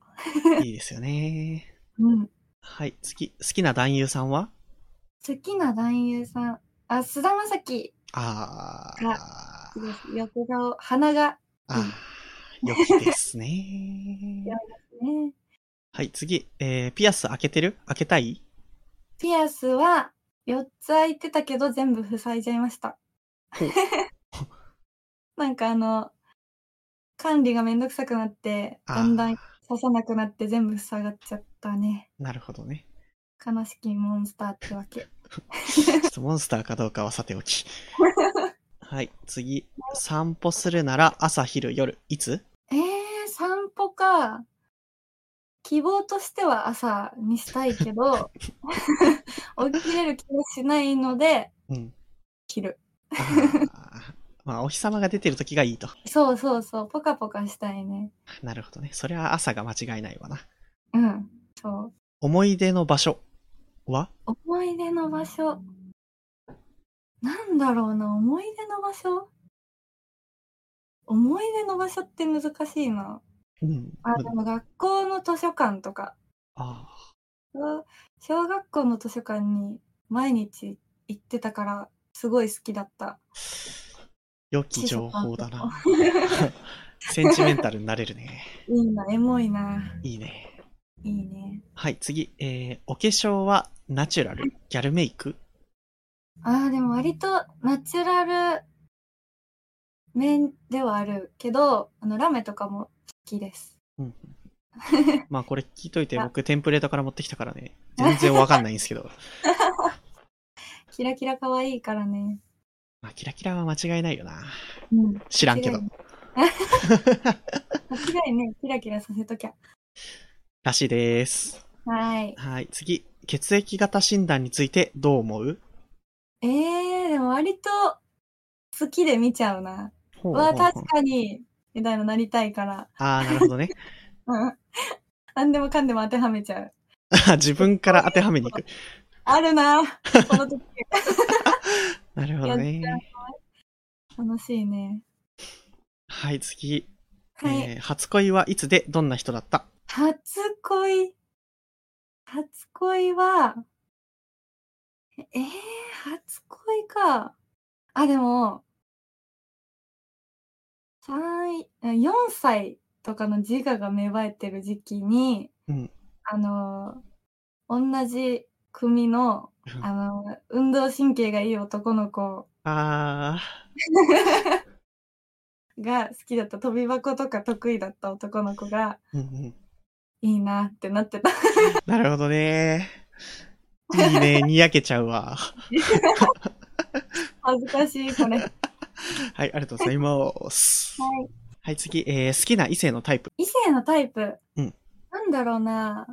Speaker 2: いいですよね。
Speaker 1: うん。
Speaker 2: はい。次、好きな男優さんは
Speaker 1: 好きな男優さん、あ、菅田将暉
Speaker 2: あ
Speaker 1: 好き
Speaker 2: ー。
Speaker 1: です。横顔、鼻が、
Speaker 2: あー、良きですね。
Speaker 1: ね。
Speaker 2: はい、次。えー、ピアス開けてる開けたい
Speaker 1: ピアスは4つ開いてたけど全部塞いじゃいました
Speaker 2: ほう。
Speaker 1: なんかあの、管理がめんどくさくなって、
Speaker 2: あー
Speaker 1: だんだん刺さなくなって全部塞がっちゃったね。
Speaker 2: なるほどね。
Speaker 1: 悲しきモンスターってわけ。
Speaker 2: ちょっとモンスターかどうかはさておき。はい、次。散歩するなら朝、昼、夜、いつ
Speaker 1: えー、散歩か。希望としては朝にしたいけ ど、起きれる気がしないので、
Speaker 2: うん。
Speaker 1: 切る。
Speaker 2: あーまあ、お日様が出てる時がいいと。
Speaker 1: そうそうそう、ポカポカしたいね。
Speaker 2: なるほどね。それは朝が間違いないわな。
Speaker 1: うん、そう。
Speaker 2: 思い出の場所は
Speaker 1: 思い出の場所なんだろうな思い出の場所思い出の場所って難しいな
Speaker 2: うん。
Speaker 1: あでも学校の図書館とか
Speaker 2: あ
Speaker 1: うん小学校の図書館に毎日行ってたからすごい好きだった
Speaker 2: ー良き情報だな。 センチメンタルになれるね。
Speaker 1: いいなエモいない
Speaker 2: いね。
Speaker 1: いいね
Speaker 2: はい、次。えー、お化粧はナチュラルギャルメイク
Speaker 1: あーでも割とナチュラル面ではあるけどあのラメとかも好きです
Speaker 2: うん。まあこれ聞いといて、
Speaker 1: あ
Speaker 2: 僕テンプレートから持ってきたからね、全然わかんないんですけど、
Speaker 1: キラキラ可愛いからね
Speaker 2: まあ、キラキラは間違いないよな。
Speaker 1: うん
Speaker 2: 知らんけ ど。
Speaker 1: 間違いね、キラキラさせときゃ。
Speaker 2: らしいです。
Speaker 1: はい。
Speaker 2: はい、次。血液型診断についてどう思う
Speaker 1: えー、でも割と好きで見ちゃうな。
Speaker 2: ほ
Speaker 1: う
Speaker 2: うほう
Speaker 1: わ、
Speaker 2: ほう
Speaker 1: 確かに、みたいななりたいから。
Speaker 2: ああ、なるほどね。
Speaker 1: うん。 何でもかんでも当てはめちゃう。
Speaker 2: あ自分から当てはめに行く。
Speaker 1: ある な。この時、
Speaker 2: なるほどね。
Speaker 1: 楽しいね。
Speaker 2: はい、次。
Speaker 1: はい。
Speaker 2: えー初恋はいつでどんな人だった
Speaker 1: 初恋。初恋は、ええー、初恋か。あ、でも、三、4歳とかの自我が芽生えてる時期に、
Speaker 2: うん
Speaker 1: あのー、同じ組の、あのー、運動神経がいい男の子
Speaker 2: あ
Speaker 1: が好きだった、飛び箱とか得意だった男の子が、
Speaker 2: ー、 うんうん。
Speaker 1: いいなってなってた。
Speaker 2: なるほどね。いい ね、にやけちゃうわ。
Speaker 1: 恥ずかしい、これ。
Speaker 2: はい、ありがとうございます。
Speaker 1: はい
Speaker 2: はい、次、えー好きな異性のタイプ。
Speaker 1: 異性のタイプ、
Speaker 2: うん
Speaker 1: なんだろうな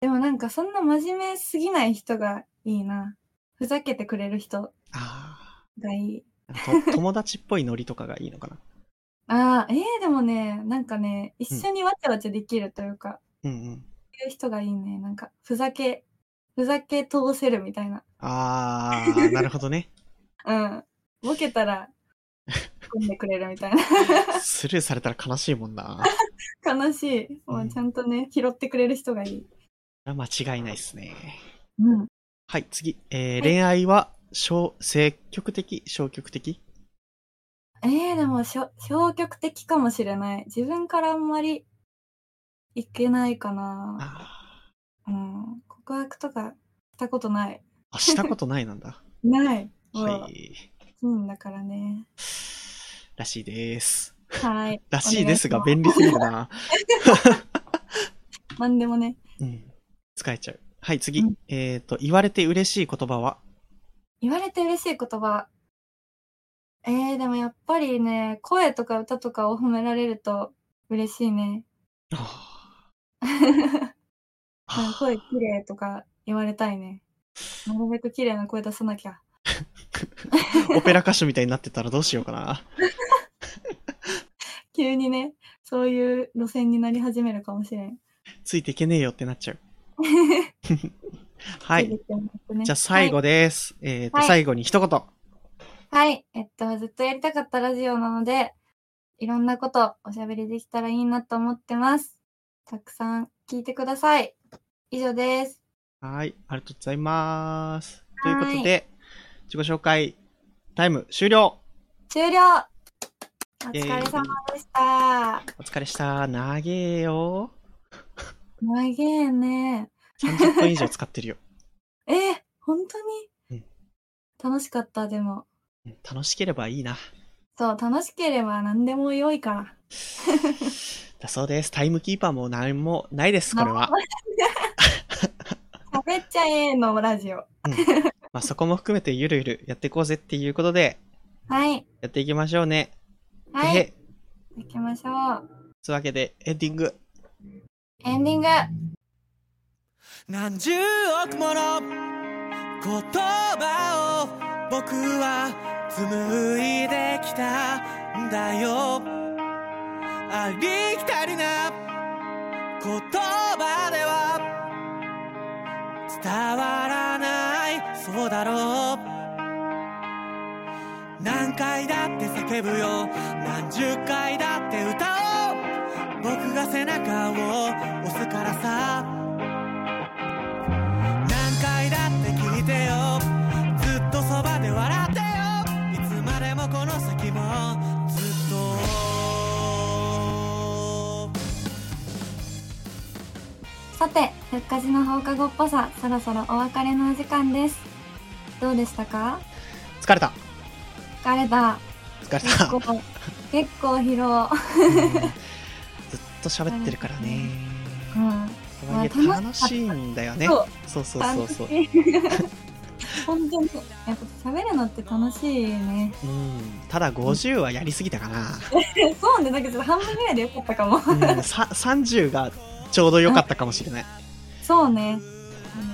Speaker 1: でもなんかそんな真面目すぎない人がいいなふざけてくれる人
Speaker 2: あ
Speaker 1: がいい
Speaker 2: あ、と友達っぽいノリとかがいいのかな。
Speaker 1: あーえー、でもねなんかね一緒にわちゃわちゃできるというか、
Speaker 2: うんうん。
Speaker 1: いう人がいいねなんかふざけふざけ通せるみたいな
Speaker 2: ああ、なるほど ね。
Speaker 1: うんボケた ら組んでくれるみたいな
Speaker 2: スルーされたら悲しいもんな。
Speaker 1: 悲しいもうちゃんとね拾ってくれる人がいい
Speaker 2: 間違いないですね。
Speaker 1: うん
Speaker 2: はい、次、えー恋愛は、小、積極的消極的
Speaker 1: えー、でもしょ消極的かもしれない。自分からあんまりいけないかな。
Speaker 2: あ
Speaker 1: うん、告白とかしたことない。
Speaker 2: ーあ、したことないなんだ。
Speaker 1: ない。
Speaker 2: は
Speaker 1: も
Speaker 2: い。
Speaker 1: う、うんだからね。
Speaker 2: らしいです。
Speaker 1: はい。
Speaker 2: らしいですが、
Speaker 1: お願いし
Speaker 2: 便利すぎるな。
Speaker 1: なんでもね、
Speaker 2: うん。使えちゃう。はい、次。
Speaker 1: うん
Speaker 2: えっ、と、言われて嬉しい言葉は
Speaker 1: 言われて嬉しい言葉。えー、でもやっぱりね、声とか歌とかを褒められると嬉しい ね。
Speaker 2: あ
Speaker 1: なんか
Speaker 2: ー
Speaker 1: 声綺麗とか言われたいね。なるべく綺麗な声出さなきゃ。
Speaker 2: オペラ歌手みたいになってたらどうしようかな。
Speaker 1: 急にね、そういう路線になり始めるかもしれん。
Speaker 2: ついていけねえよってなっ ちゃう。は
Speaker 1: つ
Speaker 2: い。
Speaker 1: てきてもらってね
Speaker 2: じゃあ最後です。えっ、と、
Speaker 1: はい
Speaker 2: 最後に一言。
Speaker 1: はい。えっと、ずっとやりたかったラジオなので、いろんなことおしゃべりできたらいいなと思ってます。たくさん聞いてください。以上です。
Speaker 2: はい。ありがとうございます。と
Speaker 1: はいいう
Speaker 2: ことで、自己紹介タイム終了
Speaker 1: 終了お疲れ様でした。
Speaker 2: お疲れした。長えよ。
Speaker 1: 長えね。
Speaker 2: 30分以上使ってるよ。
Speaker 1: えー、本当に、
Speaker 2: うん
Speaker 1: 楽しかった、でも。
Speaker 2: うん楽しければいいな。
Speaker 1: そう、楽しければ何でも良いから。
Speaker 2: だそうです。タイムキーパーも何もないです、これは。
Speaker 1: 喋っちゃえのラジオ。
Speaker 2: まあそこも含めてゆるゆるやっていこうぜっていうことで、
Speaker 1: はい。
Speaker 2: やっていきましょうね。
Speaker 1: はい。
Speaker 2: え、
Speaker 1: 行きましょう。
Speaker 2: つうわけで、エンディング。
Speaker 1: エンディング。
Speaker 3: 何十億もの言葉を僕は紡いできたんだよありきたりな言葉では伝わらないそうだろう何回だって叫ぶよ何十回だって歌おう僕が背中を押すからさ何回だって聞いてよずっとそばで笑ってよいつまでもこの先もずっと
Speaker 1: さて、復活の放課後っぽさ、そろそろお別れのお時間です。どうでしたか
Speaker 2: 疲れた。
Speaker 1: 疲れた。
Speaker 2: 疲れ
Speaker 1: 結
Speaker 2: た。
Speaker 1: 構、結構疲労。
Speaker 2: うんずっと喋ってるからね。
Speaker 1: う
Speaker 2: とはいえ
Speaker 1: まあ
Speaker 2: 楽しいんだよ
Speaker 1: ん。
Speaker 2: ね。
Speaker 1: そう、
Speaker 2: そうそうそ
Speaker 1: 楽
Speaker 2: う
Speaker 1: し
Speaker 2: そう。
Speaker 1: い。 本当に、やっぱ喋るのって楽しいね。
Speaker 2: うん。ただ50はやりすぎたかな。
Speaker 1: そうね、だけど半分ぐらいでよかったかも。
Speaker 2: うん、さ30がちょうど良かったかもしれない。
Speaker 1: そうね。あ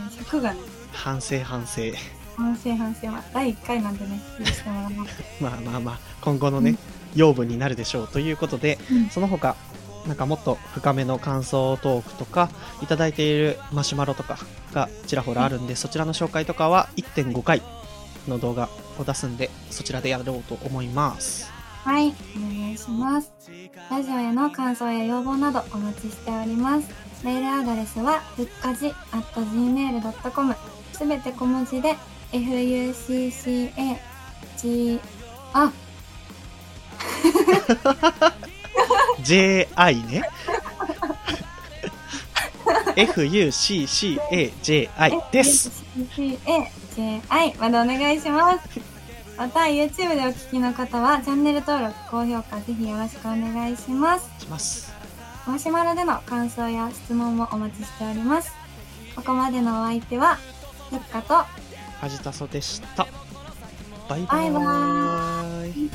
Speaker 1: の尺がね、
Speaker 2: 反省反省。
Speaker 1: 反省反省は、第1回なんでね、許してもらわない。
Speaker 2: まあまあまあ、今後のね、
Speaker 1: うん
Speaker 2: 養分になるでしょうということで、
Speaker 1: うん
Speaker 2: その他、なんかもっと深めの感想トークとか、いただいているマシュマロとかがちらほらあるんで、そちらの紹介とかは1.5回の動画を出すんで、そちらでやろうと思います。
Speaker 1: はい、お願いします。ラジオへの感想や要望などお待ちしております。メールアドレスは、ふっかじ、at gmail.com。すべて小文字で、fucca, g, あ、
Speaker 2: JI ね。FUCCAJI です。。
Speaker 1: fucca, ji までお願いします。また、YouTube でお聞きの方は、チャンネル登録、高評価、ぜひよろしくお願いします。
Speaker 2: します。
Speaker 1: マシュマロでの感想や質問もお待ちしております。ここまでのお相手は、ふっかと、
Speaker 2: はじたそでした。バイバ
Speaker 1: バイバ
Speaker 2: ーイ。
Speaker 1: ーイ